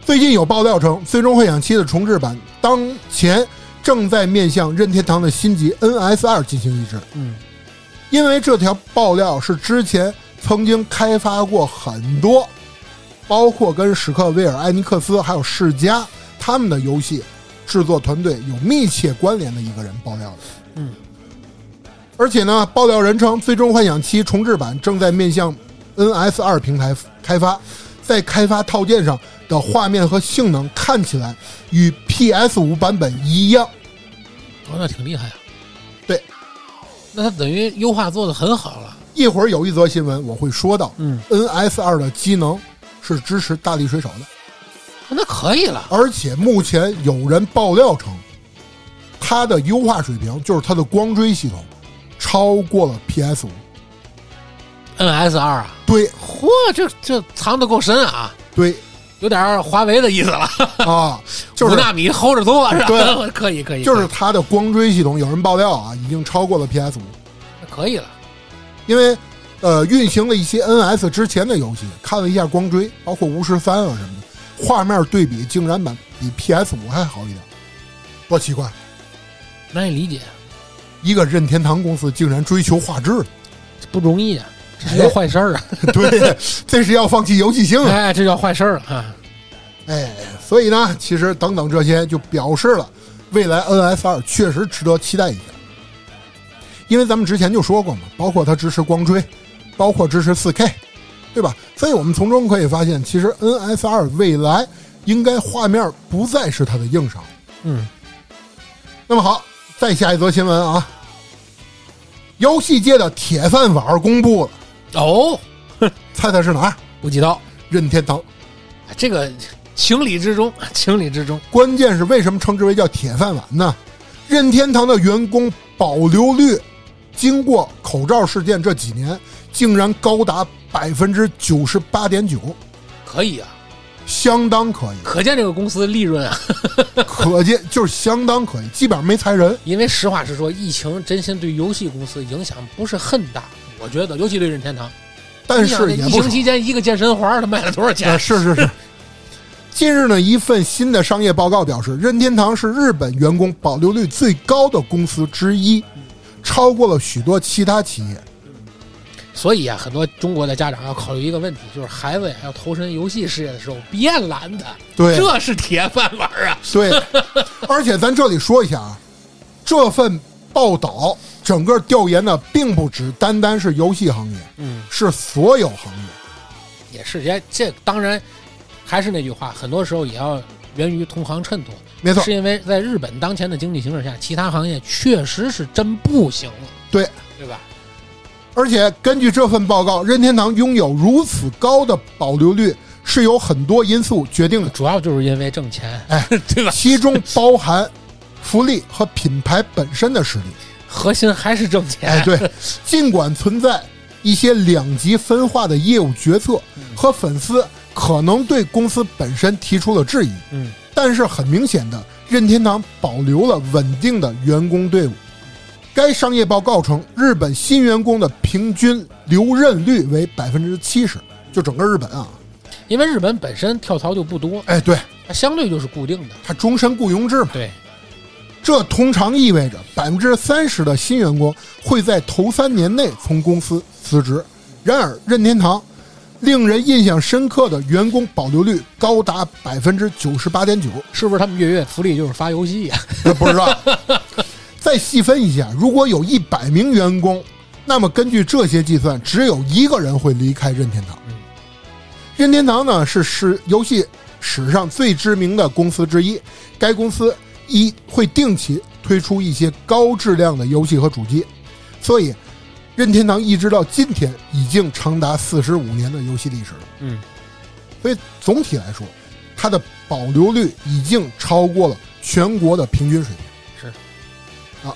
Speaker 1: 最近有爆料称，《最终幻想七》的重制版当前正在面向任天堂的新级 NS 二进行移植。
Speaker 2: 嗯
Speaker 1: 因为这条爆料是之前曾经开发过很多，包括跟史克威尔、艾尼克斯还有世嘉他们的游戏制作团队有密切关联的一个人爆料的。
Speaker 2: 嗯，
Speaker 1: 而且呢，爆料人称《最终幻想七》重制版正在面向 NS 二平台开发，在开发套件上的画面和性能看起来与 PS 五版本一样。
Speaker 2: 哦，那挺厉害啊。
Speaker 1: 对，
Speaker 2: 那它等于优化做的很好了。
Speaker 1: 一会儿有一则新闻我会说到，
Speaker 2: 嗯，
Speaker 1: NS 二的机能是支持大力水手的，
Speaker 2: 那可以了。
Speaker 1: 而且目前有人爆料称，它的优化水平就是它的光追系统超过了 PS 五。
Speaker 2: NS 二啊，
Speaker 1: 对
Speaker 2: 嚯，这这藏的够深啊，
Speaker 1: 对
Speaker 2: 有点儿华为的意思了，
Speaker 1: 啊，就
Speaker 2: 五
Speaker 1: 是
Speaker 2: 纳米 hold 着做是吧？
Speaker 1: 对
Speaker 2: 可以可以，
Speaker 1: 就是它的光追系统，有人爆料啊，已经超过了 PS 五，
Speaker 2: 可以了。
Speaker 1: 因为呃运行了一些 NS 之前的游戏，看了一下光追，包括巫师三啊什么的，画面对比竟然版比 PS 五还好一点，多奇怪！
Speaker 2: 难以理解，
Speaker 1: 一个任天堂公司竟然追求画质了。 (laughs)
Speaker 2: 这不容易啊，这
Speaker 1: 哎
Speaker 2: 是叫坏事儿啊！
Speaker 1: 对，这是要放弃游戏性啊！
Speaker 2: 哎，这叫坏事儿啊！
Speaker 1: 哎，所以呢，其实等等这些就表示了，未来 NS 二确实值得期待一下，因为咱们之前就说过嘛，包括它支持光追，包括支持 4K，对吧？所以我们从中可以发现，其实 NS 二未来应该画面不再是它的硬伤。
Speaker 2: 嗯，
Speaker 1: 那么好，再下一则新闻啊，游戏界的铁饭碗公布了，
Speaker 2: 哦，
Speaker 1: 猜猜是哪儿？
Speaker 2: 补给刀，
Speaker 1: 任天堂。
Speaker 2: 这个情理之中， (laughs) 情理之中。
Speaker 1: 关键是为什么称之为叫铁饭碗呢？任天堂的员工保留率，经过口罩事件这几年，竟然高达百分之九十八点九，
Speaker 2: 可以啊，
Speaker 1: 相当可
Speaker 2: (laughs)
Speaker 1: 以，
Speaker 2: 可见这个公司的利润啊，
Speaker 1: 可见就是相当可以，基本上没裁人。
Speaker 2: 因为实话实说，疫情真心对游戏公司影响不是很大，我觉得，尤其对任天堂。
Speaker 1: 但
Speaker 2: 你想
Speaker 1: 是
Speaker 2: 这
Speaker 1: 也
Speaker 2: 疫
Speaker 1: 不
Speaker 2: 情
Speaker 1: 少
Speaker 2: 期间一个健身环儿，他卖了多少
Speaker 1: 啊
Speaker 2: 钱？
Speaker 1: 是是是。近日呢，一份新的商业报告表示，任天堂是日本员工保留率最高的公司之一，
Speaker 2: 嗯
Speaker 1: 超过了许多其他企业。
Speaker 2: 所以啊，很多中国的家长要考虑一个问题，就是孩子呀要投身游戏事业的时候，别拦他，
Speaker 1: 对，
Speaker 2: 这是铁饭碗儿啊！
Speaker 1: 对，而且咱这里说一下啊，这份报道整个调研呢，并不只单单是游戏行业，
Speaker 2: 嗯，
Speaker 1: 是所有行业。
Speaker 2: 也是，也这当然还是那句话，很多时候也要源于同行衬托。
Speaker 1: 没错
Speaker 2: 是，因为在日本当前的经济形势下，其他行业确实是真不行了，
Speaker 1: 对。
Speaker 2: 对吧？
Speaker 1: 而且根据这份报告，任天堂拥有如此高的保留率，是有很多因素决定的，
Speaker 2: 主要就是因为挣钱，
Speaker 1: 哎，
Speaker 2: (laughs) 对吧？
Speaker 1: 其中包含福利和品牌本身的实力。
Speaker 2: 核心还是挣钱。
Speaker 1: 哎，对，尽管存在一些两极分化的业务决策和粉丝可能对公司本身提出了质疑，
Speaker 2: 嗯，
Speaker 1: 但是很明显的，任天堂保留了稳定的员工队伍。该商业报告称，日本新员工的平均留任率为百分之七十，就整个日本啊，
Speaker 2: 因为日本本身跳槽就不多，
Speaker 1: 哎，对，
Speaker 2: 它相对就是固定的。
Speaker 1: 它终身雇佣制嘛，
Speaker 2: 对，
Speaker 1: 这通常意味着百分之三十的新员工会在头三年内从公司辞职。然而，任天堂令人印象深刻的员工保留率高达百分之九十八点九，
Speaker 2: 是不是他们月月福利就是发游戏啊呀、
Speaker 1: 这不知
Speaker 2: (laughs)
Speaker 1: 道。再细分一下，如果有一百名员工，那么根据这些计算，只有一个人会离开任天堂
Speaker 2: 嗯。
Speaker 1: 任天堂呢是是游戏史上最知名的公司之一，该公司一会定期推出一些高质量的游戏和主机，所以任天堂一直到今天已经长达四十五年的游戏历史了。
Speaker 2: 嗯，
Speaker 1: 所以总体来说，它的保留率已经超过了全国的平均水平。
Speaker 2: 是
Speaker 1: 啊，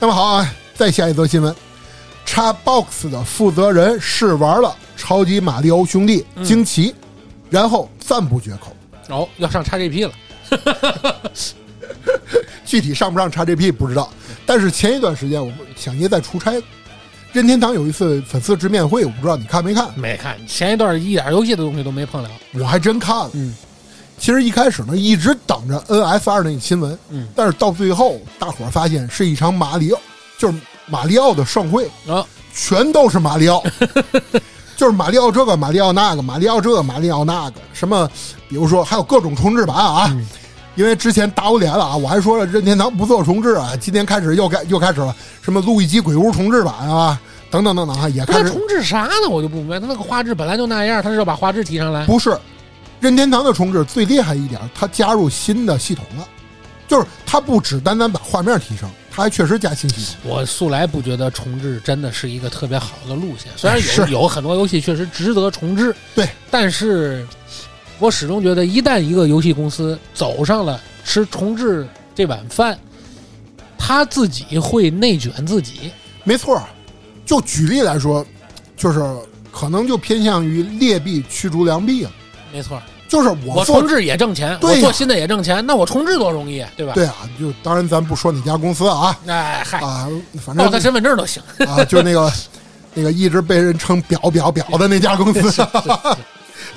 Speaker 1: 那么好啊，再下一则新闻， Xbox 的负责人试玩了《超级马里奥兄弟》惊奇，然后赞不绝口。
Speaker 2: 哦，要上 XGP 了，
Speaker 1: 具体上不上 XGP 不知道，但是前一段时间我们想爷在出差，任天堂有一次粉丝直面会，我不知道你看没看，
Speaker 2: 没看前一段一点游戏的东西都没碰了。
Speaker 1: 我还真看了。
Speaker 2: 嗯，
Speaker 1: 其实一开始呢，一直等着 NS 二那个新闻，
Speaker 2: 嗯，
Speaker 1: 但是到最后，大伙儿发现是一场马里奥，就是马里奥的盛会，
Speaker 2: 啊、
Speaker 1: 全都是马里
Speaker 2: (laughs)
Speaker 1: 奥，就是马里奥这个，马里奥那个，马里奥这个，马里奥那个，什么，比如说还有各种重置版啊，
Speaker 2: 嗯
Speaker 1: 因为之前打我脸了啊，我还说了任天堂不做重置啊，今天开始又开又开始了，什么路易基鬼屋重置版啊，等等等等啊，也
Speaker 2: 他
Speaker 1: 开
Speaker 2: 重
Speaker 1: 始
Speaker 2: 置啥呢？我就不明白，他那个画质本来就那样，他是要把画质提上来。
Speaker 1: 不是任天堂的重置最厉害一点，它加入新的系统了，就是它不只单单把画面提升，它还确实加新系统。
Speaker 2: 我素来不觉得重置真的是一个特别好的路线，虽然有
Speaker 1: 哎是
Speaker 2: 有很多游戏确实值得重置，
Speaker 1: 对，
Speaker 2: 但是我始终觉得，一旦一个游戏公司走上了吃重置这碗饭，他自己会内卷自己。
Speaker 1: 没错儿，就举例来说，就是可能就偏向于劣币驱逐良币啊。
Speaker 2: 没错，
Speaker 1: 就是
Speaker 2: 我
Speaker 1: 我做
Speaker 2: 重置也挣钱，
Speaker 1: 对呀
Speaker 2: 我做新的也挣钱，那我重置多容易，对吧？
Speaker 1: 对啊，就当然咱不说哪家公司啊
Speaker 2: 哎嗨，
Speaker 1: 啊，反正
Speaker 2: 报他身份证都行。 (laughs)
Speaker 1: 啊，就那个那个一直被人称表表表的那家公司。 (laughs)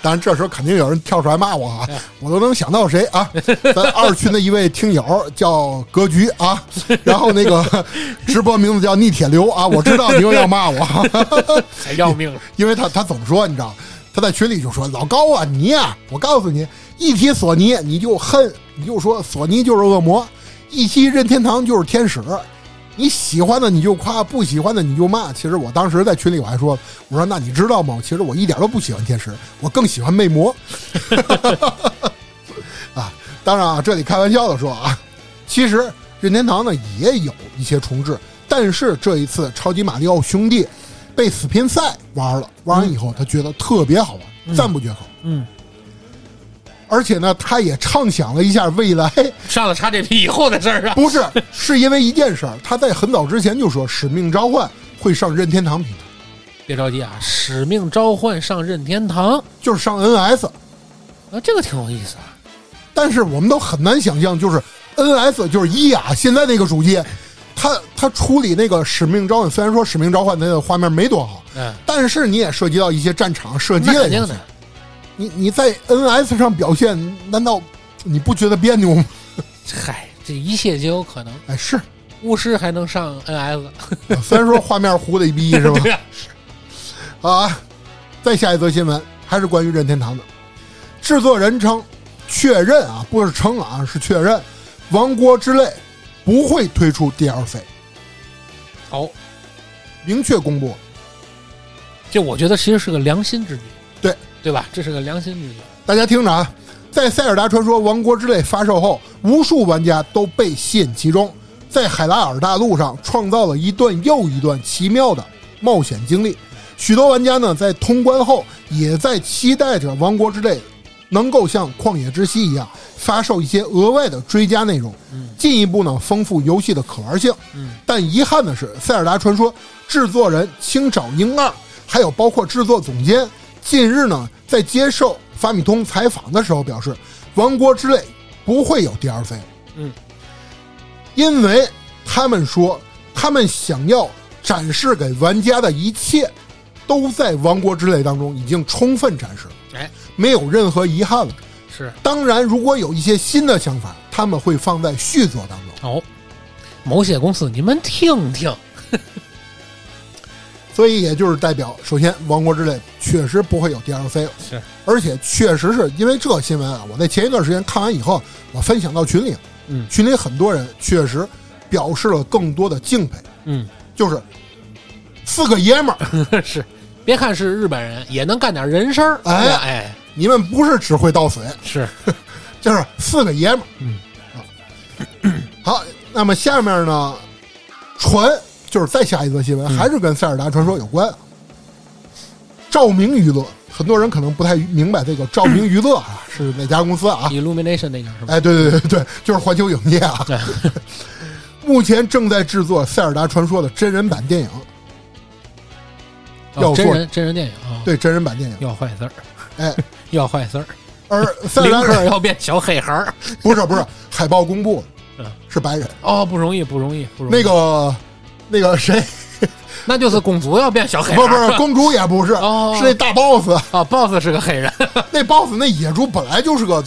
Speaker 1: 当然，这时候肯定有人跳出来骂我啊，我都能想到谁啊？咱二群的一位听友叫格局啊，然后那个直播名字叫逆铁流啊，我知道你又要骂我。啊
Speaker 2: 才哎要命了！
Speaker 1: 因为他他总说，你知道，他在群里就说老高啊，你呀、我告诉你，一提索尼你就恨，你就说索尼就是恶魔；一提任天堂就是天使。你喜欢的你就夸，不喜欢的你就骂。其实我当时在群里我还说，我说那你知道吗？其实我一点都不喜欢天使，我更喜欢魅魔。 (laughs) 啊，当然啊，这里开玩笑的说啊，其实任天堂呢也有一些重置，但是这一次超级马里奥兄弟被死拼赛玩了，玩完以后他觉得特别好玩，赞不绝口。
Speaker 2: 嗯，
Speaker 1: 而且呢，他也畅想了一下未来，
Speaker 2: 上了 XGP 以后的事儿啊，
Speaker 1: 不是，是因为一件事儿，他在很早之前就说《使命召唤》会上任天堂平台，
Speaker 2: 别着急啊，《使命召唤》上任天堂
Speaker 1: 就是上 NS。
Speaker 2: 啊，这个挺有意思啊。
Speaker 1: 但是我们都很难想象，就是 NS 就是一雅现在那个主机，它它处理那个使命召唤，虽然说使命召唤它的画面没多好，
Speaker 2: 嗯，
Speaker 1: 但是你也涉及到一些战场射击
Speaker 2: 那
Speaker 1: 类
Speaker 2: 肯定
Speaker 1: 游戏
Speaker 2: 的。
Speaker 1: 你你在 NS 上表现，难道你不觉得别扭吗？
Speaker 2: 嗨，这一切皆有可能。
Speaker 1: 哎，是，
Speaker 2: 巫师还能上 NS，
Speaker 1: (laughs) 虽然说画面糊的一逼
Speaker 2: (laughs)
Speaker 1: 是吧？
Speaker 2: 对呀、
Speaker 1: 啊，再下一则新闻还是关于任天堂的，制作人称确认啊，不是称了啊，是确认《王国之泪》不会推出 DLC，
Speaker 2: 哦，
Speaker 1: 明确公布。
Speaker 2: 这我觉得其实是个良心之举，
Speaker 1: 对
Speaker 2: 对吧？这是个良心之举。
Speaker 1: 大家听着啊，在《塞尔达传说：王国之泪》发售后，无数玩家都被吸引其中，在海拉尔大陆上创造了一段又一段奇妙的冒险经历。许多玩家呢，在通关后也在期待着《王国之泪》能够像《旷野之息》一样发售一些额外的追加内容，进一步呢丰富游戏的可玩性。
Speaker 2: 嗯，
Speaker 1: 但遗憾的是，《塞尔达传说》制作人青沼英二，还有包括制作总监，近日呢在接受法米通采访的时候表示，《王国之泪》不会有 DLC。
Speaker 2: 嗯，
Speaker 1: 因为他们说，他们想要展示给玩家的一切，都在《王国之泪》当中已经充分展示，
Speaker 2: 哎，
Speaker 1: 没有任何遗憾了。
Speaker 2: 是
Speaker 1: 当然，如果有一些新的想法，他们会放在续作当中。
Speaker 2: 哦，某些公司你们听听，
Speaker 1: 所以也就是代表，首先《王国之泪》确实不会有 DLC，
Speaker 2: 是
Speaker 1: 而且确实是因为这个新闻啊，我在前一段时间看完以后，我分享到群里，
Speaker 2: 嗯
Speaker 1: 群里很多人确实表示了更多的敬佩，
Speaker 2: 嗯 (laughs)
Speaker 1: 就是四个爷们儿，
Speaker 2: 是，别看是日本人，也能干点人声儿，
Speaker 1: 哎
Speaker 2: 哎，
Speaker 1: 你们不是只会倒水，
Speaker 2: 是
Speaker 1: 就是四个爷们儿，
Speaker 2: 嗯
Speaker 1: 啊， (coughs) 好，那么下面呢，传就是再下一则新闻，
Speaker 2: 嗯
Speaker 1: 还是跟塞尔达传说有关啊。照明娱乐，很多人可能不太明白这个照明娱乐
Speaker 2: 嗯
Speaker 1: 啊是哪家公司啊？
Speaker 2: Illumination 那家是吧？
Speaker 1: 哎，对对对对，就是环球影业啊
Speaker 2: 对。嗯
Speaker 1: 目前正在制作《塞尔达传说》的真人版电影，要
Speaker 2: 哦
Speaker 1: 做
Speaker 2: 真人真人电影啊，
Speaker 1: 对真人版电影，
Speaker 2: 要坏事儿，
Speaker 1: 哎，
Speaker 2: 要坏事儿， (laughs)
Speaker 1: 而塞
Speaker 2: 林
Speaker 1: 班
Speaker 2: 克要变小黑孩儿，
Speaker 1: 不是不是海报公布
Speaker 2: 嗯
Speaker 1: 了，是白人，
Speaker 2: 哦，不容易，不容易，不容易。
Speaker 1: 那个那个谁，
Speaker 2: 那就是公主要变小黑孩
Speaker 1: 不
Speaker 2: 儿，
Speaker 1: 不
Speaker 2: (laughs)
Speaker 1: 是公主也不是，
Speaker 2: 哦
Speaker 1: 是那大 boss，
Speaker 2: 啊，BOSS 是个黑人，
Speaker 1: 那 boss 那野猪本来就是个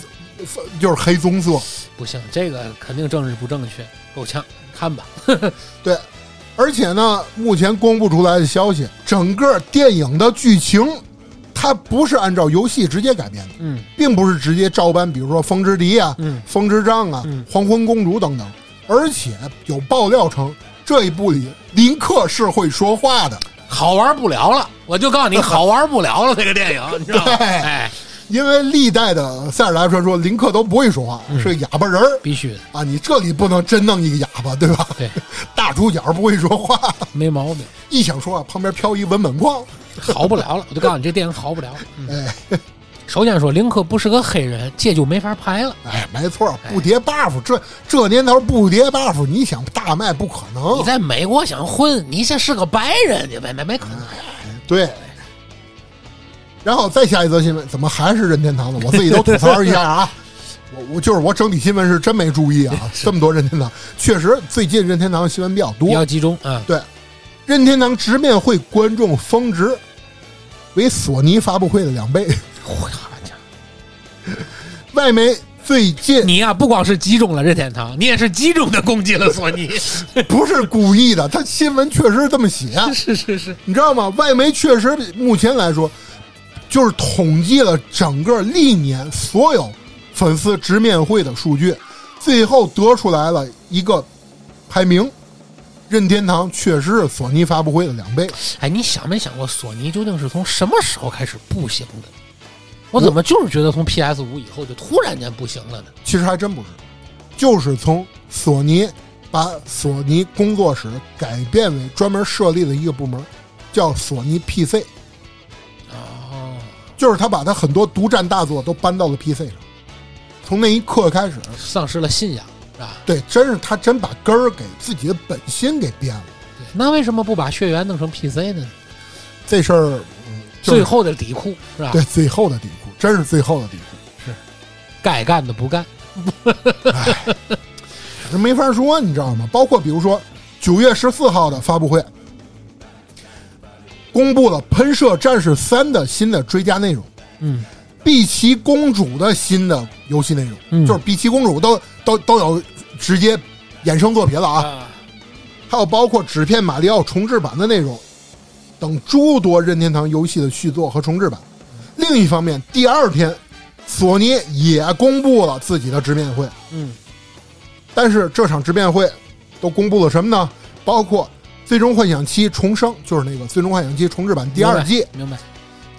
Speaker 1: 就是黑棕色，
Speaker 2: (laughs) 不行，这个肯定政治不正确，够呛，看吧。
Speaker 1: 对，而且呢，目前公布出来的消息，整个电影的剧情，它不是按照游戏直接改编的，
Speaker 2: 嗯
Speaker 1: 并不是直接照搬，比如说《风之笛》啊，
Speaker 2: 嗯
Speaker 1: 风之杖》啊，
Speaker 2: 嗯
Speaker 1: 黄昏公主》等等。而且有爆料称，这一部里林克是会说话的，
Speaker 2: 好玩不了了，我就告诉你，好玩不了了。这个电影，你知道吗？
Speaker 1: 对
Speaker 2: 哎，
Speaker 1: 因为历代的塞尔达传说林克都不会说话，
Speaker 2: 嗯
Speaker 1: 是个哑巴人儿
Speaker 2: 必须的，
Speaker 1: 啊。你这里不能真弄一个哑巴，对吧？ (laughs)
Speaker 2: 对，
Speaker 1: 大主角不会说话，
Speaker 2: 没毛病，
Speaker 1: 一想说话，旁边飘一文本框，
Speaker 2: 好不了了。我就告诉你，这电影好不了。嗯，
Speaker 1: 哎。
Speaker 2: 首先说，林克不是个黑人，这就没法拍了。
Speaker 1: 哎，没错，不叠 buff，这这年头不叠 buff，你想大卖不可
Speaker 2: 你
Speaker 1: 能。
Speaker 2: 在美国想混，你这是个白人，你没没没可能。
Speaker 1: 对。然后再下一则新闻，怎么还是任天堂的？我自己都吐槽一下啊。我我就是我整体新闻是真没注意啊，这么多任天堂，确实最近任天堂的新闻比较
Speaker 2: 比较
Speaker 1: 多。
Speaker 2: 集中啊，
Speaker 1: 对，任天堂直面会观众峰值为索尼发布会的两倍。
Speaker 2: 我好家伙
Speaker 1: 外媒最近
Speaker 2: 你呀、不光是击中了任天堂，你也是击中的攻击了索 (laughs) 尼。
Speaker 1: 不是故意的，他新闻确实这么写。啊
Speaker 2: 是是是，
Speaker 1: 你知道吗？外媒确实目前来说，就是统计了整个历年所有粉丝直面会的数据，最后得出来了一个排名。任天堂确实是索尼发布会的两倍，
Speaker 2: 哎，你想没想过索尼究竟是从什么时候开始不行的？我怎么就是觉得从 PS 五以后就突然间不行了呢？
Speaker 1: 其实还真不是，就是从索尼把索尼工作室改变为专门设立了一个部门，叫索尼 PC，
Speaker 2: 哦，
Speaker 1: 就是他把他很多独占大作都搬到了 PC 上。从那一刻开始，
Speaker 2: 丧失了信仰是吧？
Speaker 1: 对，真是他真把根儿给自己的本心给变了。
Speaker 2: 对，那为什么不把血缘弄成 PC 呢？
Speaker 1: 这事儿，嗯就是
Speaker 2: 最后啊的底裤是吧？
Speaker 1: 对最后的底裤，真是最后的底裤，
Speaker 2: 该干的不干，
Speaker 1: 这没法说，你知道吗？包括比如说九月十四号的发布会，公布了《喷射战士三》的新的追加内容，
Speaker 2: 嗯，
Speaker 1: 碧琪公主的新的游戏内容，
Speaker 2: 嗯
Speaker 1: 就是碧琪公主都都都有直接衍生作品了啊。
Speaker 2: 啊，
Speaker 1: 还有包括纸片马里奥重制版的内容等诸多任天堂游戏的续作和重制版。另一方面，第二天，索尼也公布了自己的直面会，
Speaker 2: 嗯，
Speaker 1: 但是这场直面会都公布了什么呢？包括《最终幻想七重生》，就是那个《最终幻想七重制版》第二季
Speaker 2: 明白，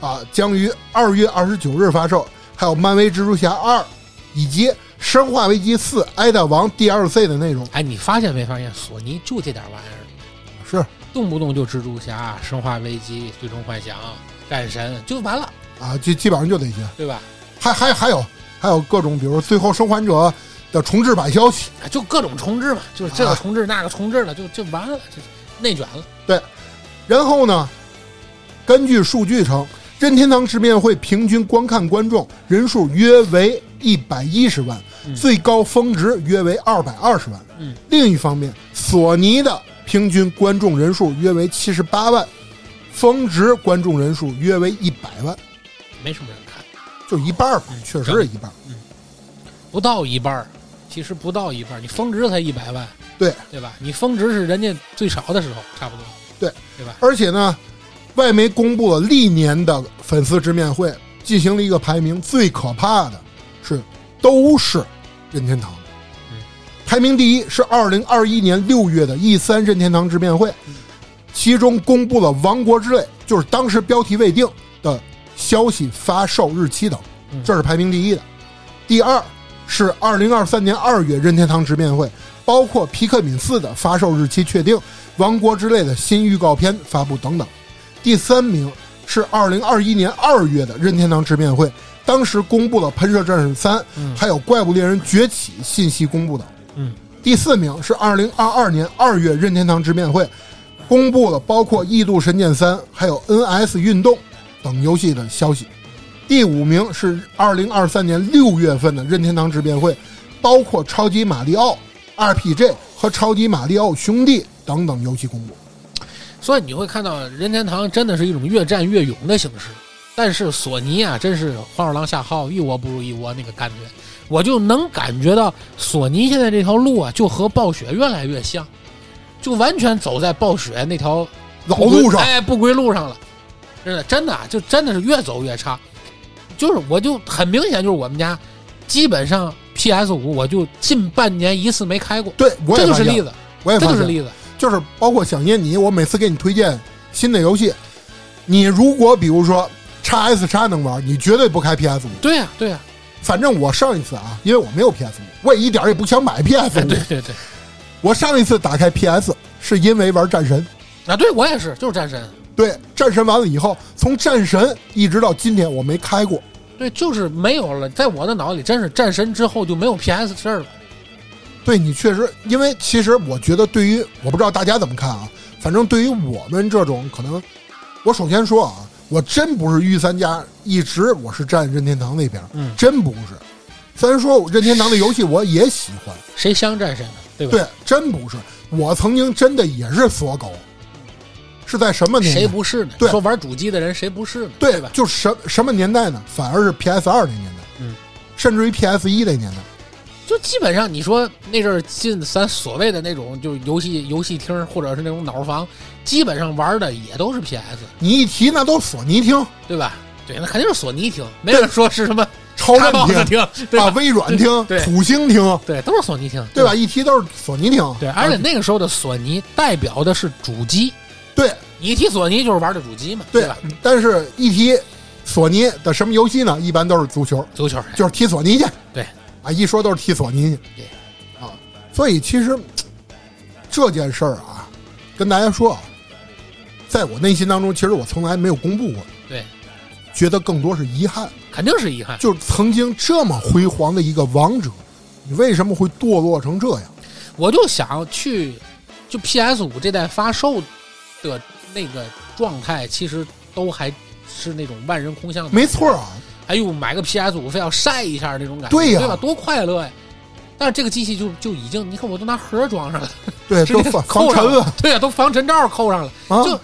Speaker 1: 啊，将于二月二十九日发售，还有《漫威蜘蛛侠二》以及《生化危机四：埃达王》DLC 的内容。
Speaker 2: 哎，你发现没发现索尼就这点玩意儿，
Speaker 1: 是
Speaker 2: 动不动就蜘蛛侠、生化危机、最终幻想、战神，就完了，
Speaker 1: 啊，就基本上就这些。
Speaker 2: 对吧？
Speaker 1: 还还还有还有各种，比如说《最后生还者》的重置版消息。
Speaker 2: 啊就各种重置嘛，就是这个
Speaker 1: 啊
Speaker 2: 重置、那个重置了，就就完了，就内卷了。
Speaker 1: 然后呢，根据数据称，任天堂直面会平均观看观众人数约为一百一十万，
Speaker 2: 嗯
Speaker 1: 最高峰值约为二百二十万。
Speaker 2: 嗯，
Speaker 1: 另一方面，索尼的平均观众人数约为七十八万，峰值观众人数约为一百万，
Speaker 2: 没什么人看，
Speaker 1: 就一半儿吧
Speaker 2: 嗯，
Speaker 1: 确实是一半儿。
Speaker 2: 不到一半儿，其实不到一半儿，你峰值才一百万，
Speaker 1: 对
Speaker 2: 对吧？你峰值是人家最少的时候，差不多，
Speaker 1: 对
Speaker 2: 对吧？
Speaker 1: 而且呢，外媒公布了历年的粉丝直面会，进行了一个排名，最可怕的是都是任天堂。
Speaker 2: 嗯
Speaker 1: 排名第一是二零二一年六月的 E 三任天堂直面会
Speaker 2: 嗯，
Speaker 1: 其中公布了《王国之泪》，就是当时标题未定的消息发售日期等
Speaker 2: 嗯，
Speaker 1: 这是排名第一的。第二是二零二三年二月任天堂直面会，包括《皮克敏四》的发售日期确定，《王国之泪》的新预告片发布等等。第三名是二零二一年二月的任天堂直面会，当时公布了《喷射战士三》
Speaker 2: 嗯
Speaker 1: 还有《怪物猎人崛起》信息公布等。
Speaker 2: 嗯，
Speaker 1: 第四名是二零二二年二月任天堂直面会，公布了包括《异度神剑三》还有 NS 运动等游戏的消息。第五名是二零二三年六月份的任天堂直面会，包括《超级马里奥 RPG》和《超级马里奥兄弟》等等游戏公布。
Speaker 2: 所以你会看到任天堂真的是一种越战越勇的形式，但是索尼啊，真是黄鼠狼下耗，一窝不如一窝那个感觉，我就能感觉到索尼现在这条路啊，就和暴雪越来越像，就完全走在暴雪那条
Speaker 1: 老路上，
Speaker 2: 哎，不归路上了，真的真的啊就真的是越走越差，就是我就很明显就是我们家基本上 PS 五我就近半年一次没开过，
Speaker 1: 对我
Speaker 2: 这
Speaker 1: 也
Speaker 2: 就
Speaker 1: 发
Speaker 2: 是例
Speaker 1: 现，
Speaker 2: 子，
Speaker 1: 我也
Speaker 2: 这
Speaker 1: 发
Speaker 2: 就是
Speaker 1: 现，
Speaker 2: 例子，
Speaker 1: 就是包括想念你，我每次给你推荐新的游戏，你如果比如说 x S x 能玩，你绝对不开 PS 五。
Speaker 2: 对呀、
Speaker 1: (laughs)
Speaker 2: 对呀、
Speaker 1: 反正我上一次啊，因为我没有 PS 五，我也一点儿也不想买 PS
Speaker 2: 哎，
Speaker 1: 五
Speaker 2: 对。对对。
Speaker 1: 我上一次打开 PS 是因为玩战神，
Speaker 2: 啊，对我也是，就是战神，
Speaker 1: 对战神完了以后，从战神一直到今天我没开过。
Speaker 2: 对，就是没有了，在我的脑里，真是战神之后就没有 PS 事儿了。
Speaker 1: 对你确实，因为其实我觉得，对于我不知道大家怎么看啊，反正对于我们这种可能，我首先说啊，我真不是御三家，一直我是站任天堂那边，
Speaker 2: 嗯
Speaker 1: 真不是。虽然说任天堂的游戏我也喜欢，
Speaker 2: 谁相战神呢？对吧？
Speaker 1: 对，真不是。我曾经真的也是锁狗，是在什么年代？
Speaker 2: 谁不是呢？
Speaker 1: 对
Speaker 2: 说玩主机的人谁不是呢？
Speaker 1: 对
Speaker 2: 吧？
Speaker 1: 就什什么年代呢？反而是 PS 二那年代，
Speaker 2: 嗯，
Speaker 1: 甚至于 PS 一那年代，
Speaker 2: 就基本上你说那阵儿进咱所谓的那种就是游戏游戏厅或者是那种脑房，基本上玩的也都是 PS，
Speaker 1: 你一提那都索尼听、
Speaker 2: 对吧？对，那肯定是索尼厅，没人说是
Speaker 1: (laughs)
Speaker 2: 什么
Speaker 1: 超
Speaker 2: 叉
Speaker 1: 任
Speaker 2: box
Speaker 1: 听 (laughs)
Speaker 2: 厅，对
Speaker 1: 啊、
Speaker 2: 吧？
Speaker 1: 微软听、
Speaker 2: 对
Speaker 1: 土星听，
Speaker 2: 对，都是索尼厅，
Speaker 1: 对
Speaker 2: 吧
Speaker 1: 吧？？一提都是索尼听，
Speaker 2: 对，而且那个时候的索尼代表的是主机，
Speaker 1: 对
Speaker 2: 你一提索尼就是玩的主机嘛，
Speaker 1: 对
Speaker 2: 吧？
Speaker 1: 但是一提索尼的什么游戏呢？一般都是足球，
Speaker 2: 足球，
Speaker 1: 就是踢索尼去。
Speaker 2: 对，
Speaker 1: 啊，一说都是踢索尼去。
Speaker 2: 对，
Speaker 1: 啊，所以其实这件事儿啊，跟大家说啊，在我内心当中，其实我从来没有公布过。
Speaker 2: 对，
Speaker 1: 觉得更多是遗憾。
Speaker 2: 肯定是遗憾。
Speaker 1: 就是曾经这么辉煌的一个王者，你为什么会堕落成这样？
Speaker 2: 我就想去，就 PS 五这代发售的那个状态，其实都还是那种万人空巷的。
Speaker 1: 没错啊，
Speaker 2: 哎呦，买个 PS 五非要晒一下这种感觉，
Speaker 1: 对
Speaker 2: 对
Speaker 1: 呀
Speaker 2: 吧？多快乐呀！但是这个机器就就已经，你看我都拿盒装上了， (laughs)
Speaker 1: 对，
Speaker 2: 直接
Speaker 1: 都防防
Speaker 2: 扣上
Speaker 1: 尘了
Speaker 2: 对呀、都防尘罩扣上了，
Speaker 1: 啊，
Speaker 2: 就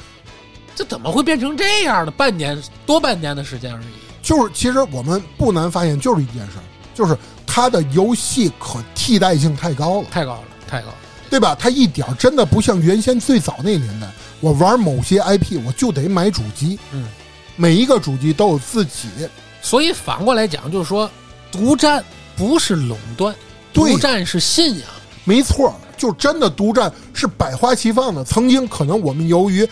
Speaker 2: 这怎么会变成这样的？半年多半年的时间而已，
Speaker 1: 就是其实我们不难发现，就是一件事儿，就是它的游戏可替代性太高了，
Speaker 2: 太高了，太高了。
Speaker 1: 对吧？它一点儿真的不像原先最早那年代，我玩某些 IP 我就得买主机，
Speaker 2: 嗯，
Speaker 1: 每一个主机都有自己，
Speaker 2: 所以反过来讲，就是说，独占不是垄断，
Speaker 1: 对
Speaker 2: 独占是信仰。
Speaker 1: 没错儿，就真的独占是百花齐放的。曾经可能我们由于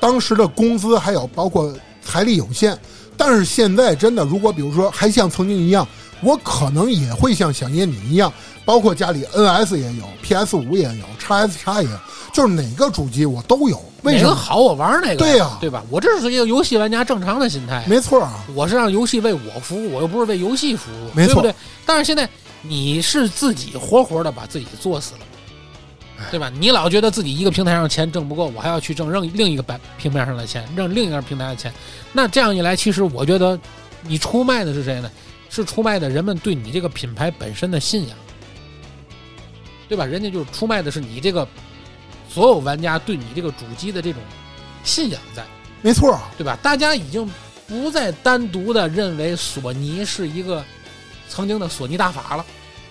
Speaker 1: 当时的工资还有包括财力有限，但是现在真的，如果比如说还像曾经一样，我可能也会像想念你一样，包括家里 NS 也有，PS 五也有，x S x 也有，就是哪个主机我都有。为
Speaker 2: 哪
Speaker 1: 什
Speaker 2: 个
Speaker 1: 么？
Speaker 2: 好我玩哪个，
Speaker 1: 对呀
Speaker 2: 对吧？我这是一个游戏玩家正常的心态，
Speaker 1: 没错儿啊，
Speaker 2: 我是让游戏为我服务，我又不是为游戏服务，
Speaker 1: 没错
Speaker 2: 对不对？但是现在你是自己活活的把自己作死了。
Speaker 1: 哎
Speaker 2: 对吧？你老觉得自己一个平台上钱挣不够，我还要去挣另另一个版平台上的钱，挣另一个平台的钱。那这样一来，其实我觉得你出卖的是谁呢？是出卖的人们对你这个品牌本身的信仰，对吧？人家就是出卖的是你这个所有玩家对你这个主机的这种信仰在。
Speaker 1: 没错儿啊，
Speaker 2: 对吧？大家已经不再单独的认为索尼是一个曾经的索尼大法了。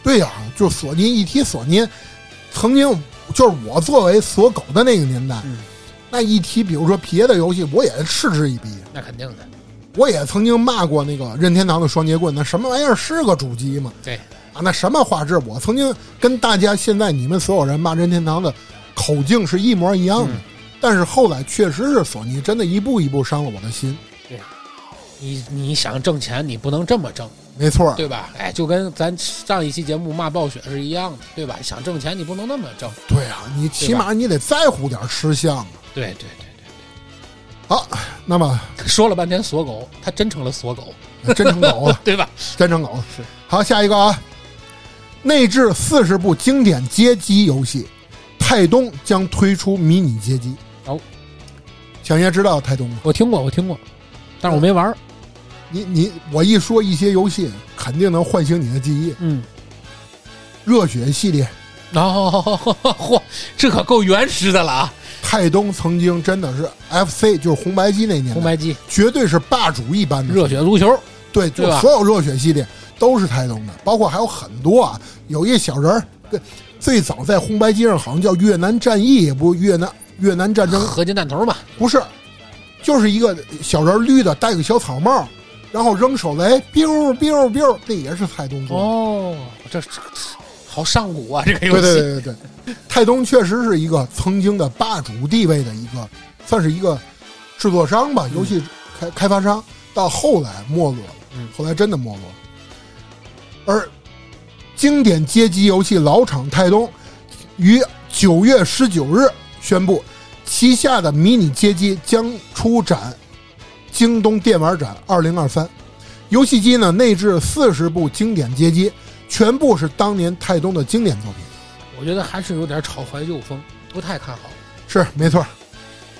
Speaker 1: 对呀、就索尼一提索尼，曾经就是我作为索狗的那个年代，
Speaker 2: 嗯，
Speaker 1: 那一提比如说别的游戏，我也嗤之以鼻。
Speaker 2: 那肯定的。
Speaker 1: 我也曾经骂过那个任天堂的双截棍，那什么玩意儿是个主机吗？
Speaker 2: 对
Speaker 1: 啊，那什么画质？我曾经跟大家现在你们所有人骂任天堂的口径是一模一样的，
Speaker 2: 嗯
Speaker 1: 但是后来确实是索尼真的一步一步伤了我的心，
Speaker 2: 你你想挣钱，你不能这么挣，
Speaker 1: 没错儿，
Speaker 2: 对吧？哎，就跟咱上一期节目骂暴雪是一样的，对吧？想挣钱，你不能那么挣。
Speaker 1: 对啊，你起码你得在乎点吃相啊。
Speaker 2: 对对对
Speaker 1: 好，那么哎
Speaker 2: 对，说了半天锁狗，他真成了锁狗，
Speaker 1: 真
Speaker 2: (laughs)
Speaker 1: 成狗了，
Speaker 2: 对吧？
Speaker 1: 真成狗了。
Speaker 2: 是
Speaker 1: 好，下一个啊，内置四十部经典街机游戏，泰东将推出迷你街机。
Speaker 2: 哦，
Speaker 1: 小爷知道台东吗？
Speaker 2: 我听过，我听过，但是我没玩儿。
Speaker 1: 你你我一说一些游戏，肯定能唤醒你的记忆。
Speaker 2: 嗯，
Speaker 1: 热血系列，
Speaker 2: 然后嗯哦 (laughs) 嚯，这可够原始的了啊！
Speaker 1: 泰东曾经真的是 FC，就是红白机那年
Speaker 2: 红
Speaker 1: 代，
Speaker 2: 白机、
Speaker 1: 绝对是霸主一般的
Speaker 2: 热血足球，
Speaker 1: 对，就
Speaker 2: 对吧
Speaker 1: 所有热血系列都是台东的，包括还有很多啊，有一小人儿跟最早在红白机上好像叫越南战役，也不越南越南战争，
Speaker 2: 合金弹头嘛，
Speaker 1: 不是，就是一个小人儿绿的，戴个小草帽，然后扔手雷，biu biu biu，那也是台东做的。
Speaker 2: 哦，这这好上古啊！这个游
Speaker 1: 对
Speaker 2: 戏，
Speaker 1: 对对对对，泰东确实是一个曾经的霸主地位的一个，算是一个制作商吧，游戏开开发商。到后来没落了，
Speaker 2: 嗯
Speaker 1: 后来真的没落了。而经典街机游戏老厂泰东于九月十九日宣布，旗下的迷你街机将出展京东电玩展二零二三。游戏机呢内置四十部经典街机，全部是当年泰东的经典作品。
Speaker 2: 我觉得还是有点炒怀旧风，不太看好。
Speaker 1: 是没错儿，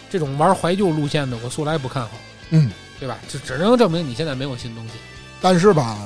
Speaker 2: 这种玩怀旧路线的，我素来不看好，
Speaker 1: 嗯，
Speaker 2: 对吧？这只能证明你现在没有新东西。
Speaker 1: 但是吧，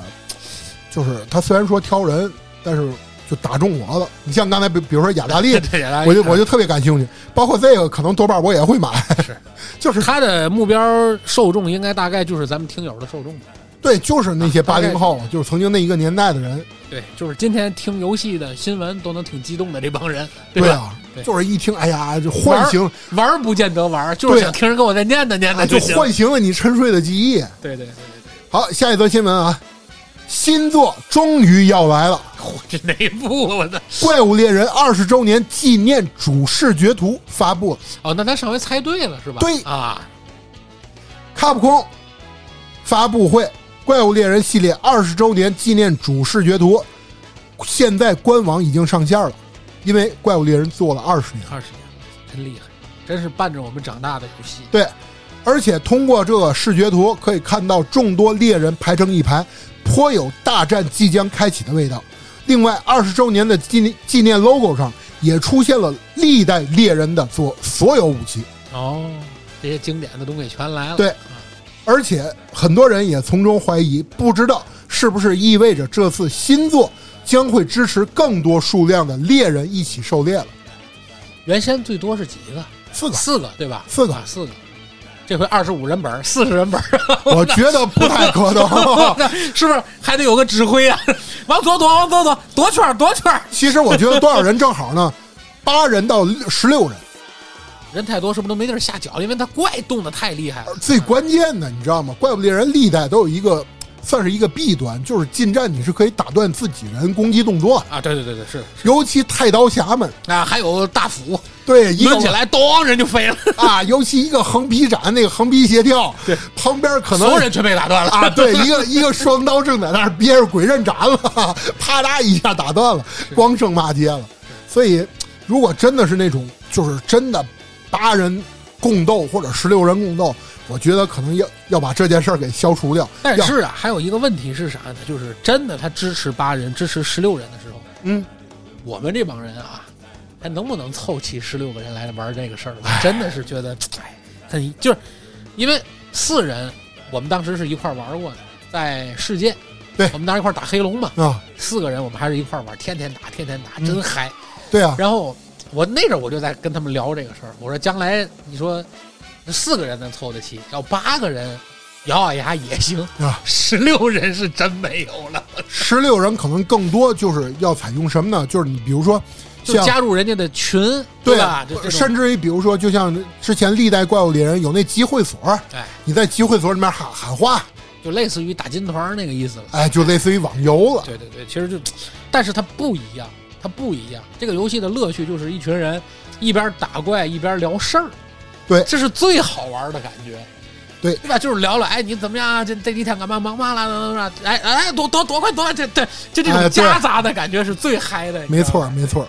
Speaker 1: 就是他虽然说挑人，但是就打中我了。你像刚才比比如说雅达利
Speaker 2: 对， (laughs) 对啊对，
Speaker 1: 我就我就特别感兴趣，包括这个可能多半我也会买，
Speaker 2: 是
Speaker 1: 就是
Speaker 2: 他的目标受众应该大概就是咱们听友的受众吧。
Speaker 1: 对，就是那些八
Speaker 2: 啊大概
Speaker 1: 零后，就是曾经那一个年代的人，
Speaker 2: 对，就是今天听游戏的新闻都能挺激动的这帮人，
Speaker 1: 对
Speaker 2: 吧？
Speaker 1: 啊
Speaker 2: 对，
Speaker 1: 就是一听哎呀，就唤醒
Speaker 2: 玩儿不见得玩儿，就是
Speaker 1: 对
Speaker 2: 想听人跟我再念叨念
Speaker 1: 哎
Speaker 2: 叨
Speaker 1: 就
Speaker 2: 行。
Speaker 1: 唤醒了你沉睡的记忆。
Speaker 2: 对对对对
Speaker 1: 好，下一则新闻啊，新作终于要来了，
Speaker 2: 对， (laughs) 嚯，这哪一部啊？我操！
Speaker 1: 《怪物猎人》二十周年纪念主视觉图发布了。
Speaker 2: 哦，那咱上回猜对了是吧？
Speaker 1: 对
Speaker 2: 啊，
Speaker 1: 卡普空发布会《怪物猎人》系列二十周年纪念主视觉图，现在官网已经上线了，因为《怪物猎人》做了二十年，
Speaker 2: 二十年了，真厉害，真是伴着我们长大的游戏。
Speaker 1: 对，而且通过这个视觉图可以看到众多猎人排成一排，颇有大战即将开启的味道。另外，二十周年的纪念纪念 logo 上也出现了历代猎人的所所有武器，
Speaker 2: 哦，这些经典的东西全来了。
Speaker 1: 对
Speaker 2: 啊
Speaker 1: 而且很多人也从中怀疑，不知道是不是意味着这次新作将会支持更多数量的猎人一起狩猎了。
Speaker 2: 原先最多是几个？
Speaker 1: 四个，
Speaker 2: 四个对吧？
Speaker 1: 四个
Speaker 2: 啊四个。这回二十五人本儿，四十人本儿，
Speaker 1: (laughs) 我觉得不太可
Speaker 2: (laughs)
Speaker 1: 能。 (laughs)
Speaker 2: 是不是还得有个指挥啊？ (laughs) 往左躲，往左躲，躲圈儿，躲圈儿。
Speaker 1: 其实我觉得多少人正好呢？八人到十六人，
Speaker 2: 人太多是不是都没地儿下脚？因为他怪动的太厉害了。
Speaker 1: 最关键的你知道吗？怪物猎人历代都有一个算是一个弊端，就是近战你是可以打断自己人攻击动作的，
Speaker 2: 啊，对对对对，是
Speaker 1: 尤其太刀侠们，
Speaker 2: 啊，还有大斧，
Speaker 1: 对一
Speaker 2: 抡起
Speaker 1: 个
Speaker 2: 来咚，人就飞了，
Speaker 1: 啊，尤其一个横劈斩，那个横劈斜跳，旁边可能
Speaker 2: 所有人全被打断
Speaker 1: (laughs)
Speaker 2: 了
Speaker 1: 啊，对，一个一个双刀正在那儿憋着鬼刃斩了，啪嗒一下打断了，光剩骂街了。所以，如果真的是那种就是真的八人共斗或者十六人共斗，我觉得可能要要把这件事儿给消除掉。
Speaker 2: 但
Speaker 1: 要
Speaker 2: 是啊，还有一个问题是啥呢？就是真的他支持八人、支持十六人的时候，
Speaker 1: 嗯，
Speaker 2: 我们这帮人啊，还能不能凑齐十六个人来玩这个事儿？我真的是觉得，哎，很就是因为四人，我们当时是一块儿玩过的，在世界，
Speaker 1: 对
Speaker 2: 我们当时一块儿打黑龙嘛，
Speaker 1: 啊，
Speaker 2: 四个人我们还是一块儿玩，天天打，天天打，
Speaker 1: 嗯
Speaker 2: 真嗨。
Speaker 1: 对啊，
Speaker 2: 然后我那阵儿我就在跟他们聊这个事儿，我说将来你说四个人能凑得齐，要八个人咬咬牙也行
Speaker 1: 啊，
Speaker 2: 十六人是真没有了，
Speaker 1: 十六人可能更多就是要采用什么呢？就是你比如说
Speaker 2: 就
Speaker 1: 像。
Speaker 2: 加入人家的群，
Speaker 1: 对
Speaker 2: 吧？
Speaker 1: 啊
Speaker 2: 这这，种
Speaker 1: 甚至于比如说，就像之前历代怪物猎人有那集会所，
Speaker 2: 哎，
Speaker 1: 你在集会所里面喊喊话，
Speaker 2: 就类似于打金团儿那个意思了。
Speaker 1: 哎，就类似于网游了。
Speaker 2: 对对对，其实就，但是它不一样，它不一样。这个游戏的乐趣就是一群人一边打怪一边聊事儿，
Speaker 1: 对
Speaker 2: 这是最好玩的感觉。
Speaker 1: 对
Speaker 2: 对吧？就是聊了，哎，你怎么样啊？这这几天干嘛忙嘛啦？啦啦啦哎哎，躲躲躲快躲！这这这这
Speaker 1: 哎对
Speaker 2: 种夹杂的感觉是最嗨的，
Speaker 1: 没
Speaker 2: 你知道
Speaker 1: 错
Speaker 2: 吗
Speaker 1: 儿，没错儿。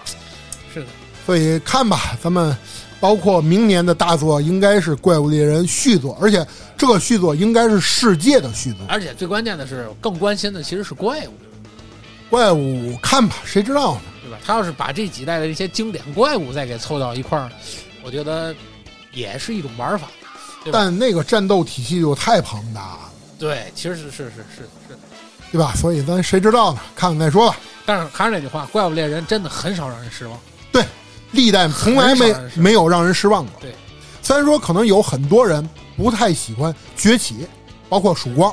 Speaker 2: 是的，
Speaker 1: 所以看吧，咱们包括明年的大作应该是《怪物猎人》续作，而且这个续作应该是世界的续作。
Speaker 2: 而且最关键的是，更关心的其实是怪物，
Speaker 1: 怪物看吧，谁知道呢？
Speaker 2: 对吧？他要是把这几代的这些经典怪物再给凑到一块儿，我觉得也是一种玩法。对吧
Speaker 1: 但那个战斗体系又太庞大了，
Speaker 2: 对，其实是是是是是。
Speaker 1: 对吧？所以咱谁知道呢？看看再说吧。
Speaker 2: 但是还是那句话，怪物猎人真的很少让人失望。
Speaker 1: 对，历代从来
Speaker 2: 很
Speaker 1: 没
Speaker 2: 少人失望
Speaker 1: 没有让人失望过。
Speaker 2: 对，
Speaker 1: 虽然说可能有很多人不太喜欢崛起，包括曙光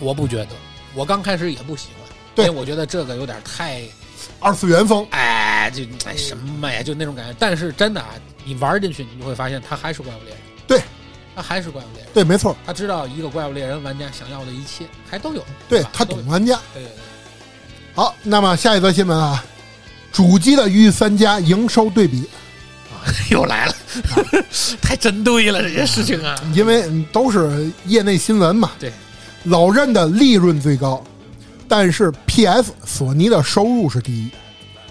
Speaker 2: 我不觉得，我刚开始也不喜欢，
Speaker 1: 对
Speaker 2: 因为我觉得这个有点太，
Speaker 1: 二次元风，
Speaker 2: 哎，就哎什么呀，就那种感觉。但是真的啊，你玩进去，你就会发现他还是怪物猎人，
Speaker 1: 对，
Speaker 2: 他还是怪物猎人，
Speaker 1: 对，没错，
Speaker 2: 他知道一个怪物猎人玩家想要的一切，还都有，
Speaker 1: 对
Speaker 2: 吧
Speaker 1: 他
Speaker 2: 都有
Speaker 1: 懂玩家。
Speaker 2: 对对对。
Speaker 1: 好，那么下一则新闻啊，主机的《御三家》营收对比，
Speaker 2: 啊， (laughs) 又来了，太针对了这些事情啊！
Speaker 1: 因为嗯都是业内新闻嘛。
Speaker 2: 对，
Speaker 1: 老任的利润最高，但是 PS 索尼的收入是第一。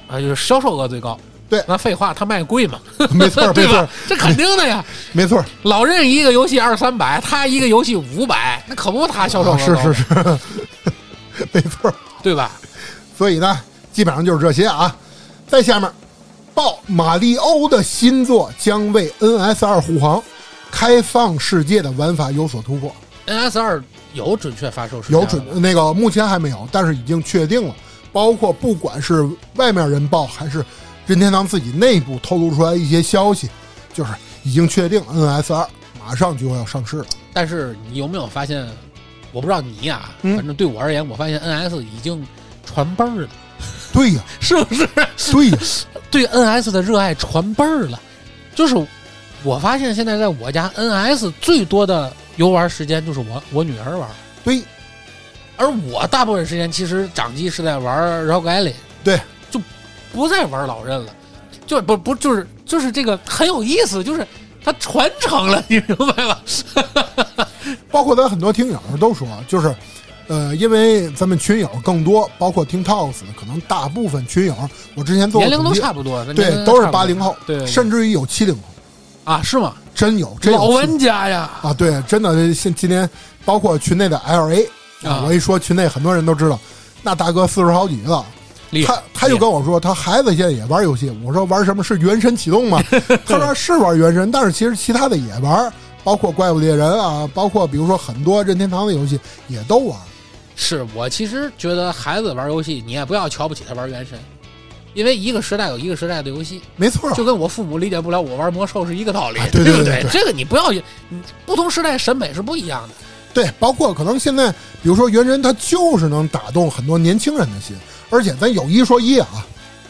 Speaker 2: 啊，就是销售额最高。
Speaker 1: 对
Speaker 2: 那废话，他卖贵嘛，
Speaker 1: 没错儿，没
Speaker 2: (laughs) 对
Speaker 1: 错儿
Speaker 2: 吧，？这肯定的呀。
Speaker 1: 没错儿，
Speaker 2: 老任一个游戏二三百，他一个游戏五百，那可不他销售额
Speaker 1: 啊
Speaker 2: 高
Speaker 1: 是是是， (laughs) 没错儿。
Speaker 2: 对吧？
Speaker 1: 所以呢，基本上就是这些啊。再下面，报马里欧的新作将为 NS 二护航，开放世界的玩法有所突破。
Speaker 2: NS 二有准确发售时间
Speaker 1: 有
Speaker 2: 了
Speaker 1: 准那个目前还没有，但是已经确定了。包括不管是外面人报还是任天堂自己内部透露出来一些消息，就是已经确定 NS 二马上就要上市了。
Speaker 2: 但是你有没有发现？我不知道你呀、
Speaker 1: 嗯
Speaker 2: 反正对我而言，我发现 NS 已经传辈儿
Speaker 1: (laughs)
Speaker 2: 了，
Speaker 1: 对呀，
Speaker 2: 是不是？
Speaker 1: 对呀，
Speaker 2: 对 NS 的热爱传辈儿了。就是我发现现在在我家 NS 最多的游玩时间就是我我女儿玩，
Speaker 1: 对，
Speaker 2: 而我大部分时间其实掌机是在玩 r o g a l y
Speaker 1: 对，
Speaker 2: 就不再玩老任了，就不不就是就是这个很有意思，就是它传承了，你明白吧？
Speaker 1: 包括咱很多听友都说，啊就是，呃，因为咱们群友更多，包括听 Talks 的，可能大部分群友，我之前做过
Speaker 2: 年龄都
Speaker 1: 统计
Speaker 2: 差不多，年龄
Speaker 1: 对，都是
Speaker 2: 差不多
Speaker 1: 八零后，
Speaker 2: 对对对
Speaker 1: 甚至于有七零后，
Speaker 2: 啊，是吗？
Speaker 1: 真有，真有
Speaker 2: 老
Speaker 1: 70
Speaker 2: 玩家呀，
Speaker 1: 啊，对，真的，现今天包括群内的 LA
Speaker 2: 啊
Speaker 1: 我一说群内很多人都知道，那大哥四十好几了，
Speaker 2: 厉害
Speaker 1: 他他就
Speaker 2: 厉害
Speaker 1: 跟我说，他孩子现在也玩游戏。我说玩什么是《原神启动》吗？他说是玩《原神》，但是其实其他的也玩，包括《怪物猎人》啊，包括比如说很多任天堂的游戏也都玩。
Speaker 2: 是我其实觉得孩子玩游戏，你也不要瞧不起他玩原神，因为一个时代有一个时代的游戏，
Speaker 1: 没错儿，
Speaker 2: 就跟我父母理解不了我玩魔兽是一个道理，
Speaker 1: 啊对
Speaker 2: 不
Speaker 1: 对对对
Speaker 2: 这个你不要，你不同时代审美是不一样的。
Speaker 1: 对，包括可能现在，比如说《原神》，它就是能打动很多年轻人的心。而且咱有一说一啊，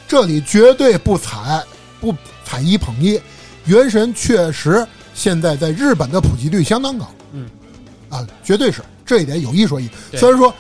Speaker 1: 这里绝对不踩不踩一捧一，《原神》确实现在在日本的普及率相当高。
Speaker 2: 嗯，
Speaker 1: 啊，绝对是这一点有一说一。
Speaker 2: 对
Speaker 1: 虽然说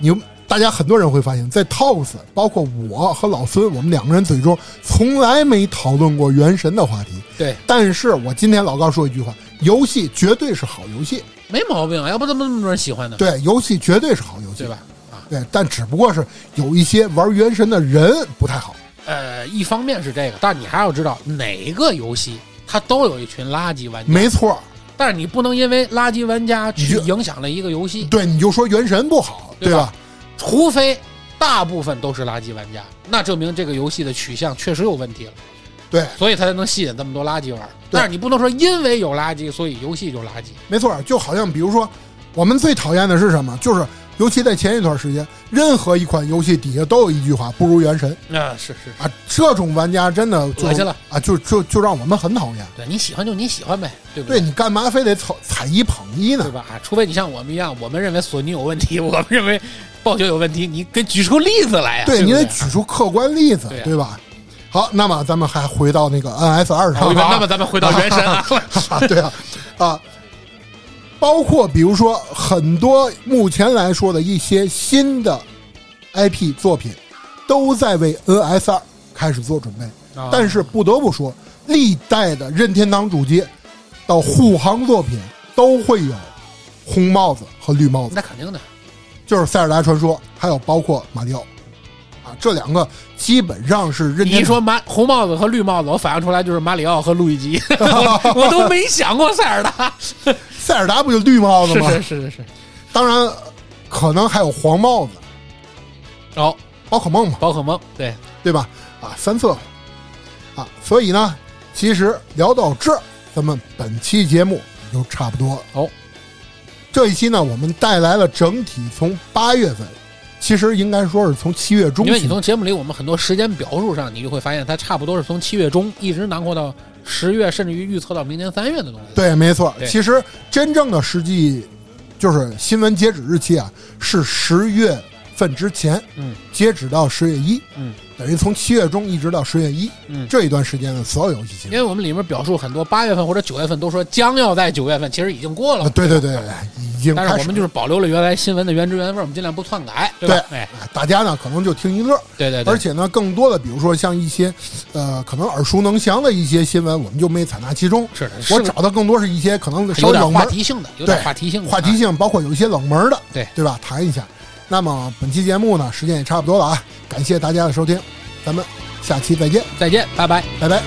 Speaker 1: 你大家很多人会发现，在 Talks，包括我和老孙，我们两个人嘴中从来没讨论过《原神》的话题。
Speaker 2: 对，
Speaker 1: 但是我今天老高说一句话：游戏绝对是好游戏，
Speaker 2: 没毛病，要不怎么那么多人喜欢呢？
Speaker 1: 对，游戏绝对是好游戏，
Speaker 2: 对？吧？啊，
Speaker 1: 对，但只不过是有一些玩原神的人不太好。
Speaker 2: 呃，一方面是这个，但你还要知道哪个游戏它都有一群垃圾玩家，
Speaker 1: 没错儿，
Speaker 2: 但是你不能因为垃圾玩家去
Speaker 1: 你就
Speaker 2: 影响了一个游戏，
Speaker 1: 对，你就说原神不好，
Speaker 2: 对
Speaker 1: 对
Speaker 2: 吧
Speaker 1: 吧？
Speaker 2: 除非大部分都是垃圾玩家，那证明这个游戏的取向确实有问题了，
Speaker 1: 对，
Speaker 2: 所以它才能吸引这么多垃圾玩。但是你不能说因为有垃圾，所以游戏就垃圾。
Speaker 1: 没错儿，就好像比如说，我们最讨厌的是什么？就是尤其在前一段时间，任何一款游戏底下都有一句话“不如原神
Speaker 2: 啊，是是”
Speaker 1: 啊，这种玩家真的就
Speaker 2: 恶心了
Speaker 1: 啊，就就就让我们很讨厌。
Speaker 2: 对你喜欢就你喜欢呗，对不
Speaker 1: 对你干嘛非得踩踩一捧一
Speaker 2: 对
Speaker 1: 呢？
Speaker 2: 吧？啊除非你像我们一样，我们认为索尼有问题，我们认为暴雪有问题，你给举出例子来呀、
Speaker 1: 对
Speaker 2: 不
Speaker 1: 你
Speaker 2: 对
Speaker 1: 得举出客观例子
Speaker 2: 对啊呀，
Speaker 1: 对吧？好，那么咱们还回到那个 NS 二
Speaker 2: 好
Speaker 1: 上，
Speaker 2: 那么咱们回到原神
Speaker 1: (laughs)
Speaker 2: 啊，
Speaker 1: 啊，对啊，啊，包括比如说很多目前来说的一些新的 IP 作品，都在为 NS 二开始做准备。
Speaker 2: 啊
Speaker 1: 但是不得不说，历代的任天堂主机到护航作品都会有红帽子和绿帽子，
Speaker 2: 那肯定的，
Speaker 1: 就是《塞尔达传说》，还有包括马里奥。啊，这两个基本上是任
Speaker 2: 你
Speaker 1: 天
Speaker 2: 一
Speaker 1: 堂
Speaker 2: 说马红帽子和绿帽子，我反应出来就是马里奥和路
Speaker 1: (laughs)
Speaker 2: 易吉，我我都没想过塞尔达，
Speaker 1: 塞尔达不就绿 (laughs) 帽子
Speaker 2: 是
Speaker 1: 吗？
Speaker 2: 是是是是，
Speaker 1: 当然，可能还有黄帽子，
Speaker 2: 哦，
Speaker 1: 宝可梦嘛。
Speaker 2: 宝可梦，对，
Speaker 1: 对吧？啊，三色啊，所以呢，其实聊到这儿，咱们本期节目就差不多了。
Speaker 2: 哦，
Speaker 1: 这一期呢，我们带来了整体从八月份，其实应该说是从七月中
Speaker 2: 因为你
Speaker 1: 旬，
Speaker 2: 从节目里我们很多时间表述上，你就会发现它差不多是从七月中一直囊括到十月，甚至于预测到明年三月的东西。
Speaker 1: 对，没错。
Speaker 2: 对
Speaker 1: 其实真正的实际就是新闻截止日期啊，是十月份之前，
Speaker 2: 嗯，
Speaker 1: 截止到十月一，
Speaker 2: 嗯，
Speaker 1: 等于从七月中一直到十月一，
Speaker 2: 嗯
Speaker 1: 这一段时间的所有游戏新
Speaker 2: 因
Speaker 1: 闻。
Speaker 2: 为我们里面表述很多八月份或者九月份都说将要在九月份，其实已经过了
Speaker 1: 啊，。对对对，对已经
Speaker 2: 但
Speaker 1: 开
Speaker 2: 是
Speaker 1: 始。
Speaker 2: 我们就是保留了原来新闻的原汁原味，我们尽量不篡改，对吧？哎，
Speaker 1: 啊大家呢可能就听一乐，
Speaker 2: 对对对，
Speaker 1: 而且呢，更多的比如说像一些，呃，可能耳熟能详的一些新闻，我们就没采纳其中。
Speaker 2: 是的，
Speaker 1: 我
Speaker 2: 是
Speaker 1: 找的更多是一些可能稍
Speaker 2: 有
Speaker 1: 微
Speaker 2: 点
Speaker 1: 冷门儿、
Speaker 2: 话题性的，有点
Speaker 1: 对
Speaker 2: 话题性的，啊
Speaker 1: 话题性，包括有一些冷门的，
Speaker 2: 对
Speaker 1: 对吧？谈一下。那么本期节目呢，时间也差不多了啊，感谢大家的收听，咱们下期再见，
Speaker 2: 啊。再见，拜拜。
Speaker 1: 拜拜。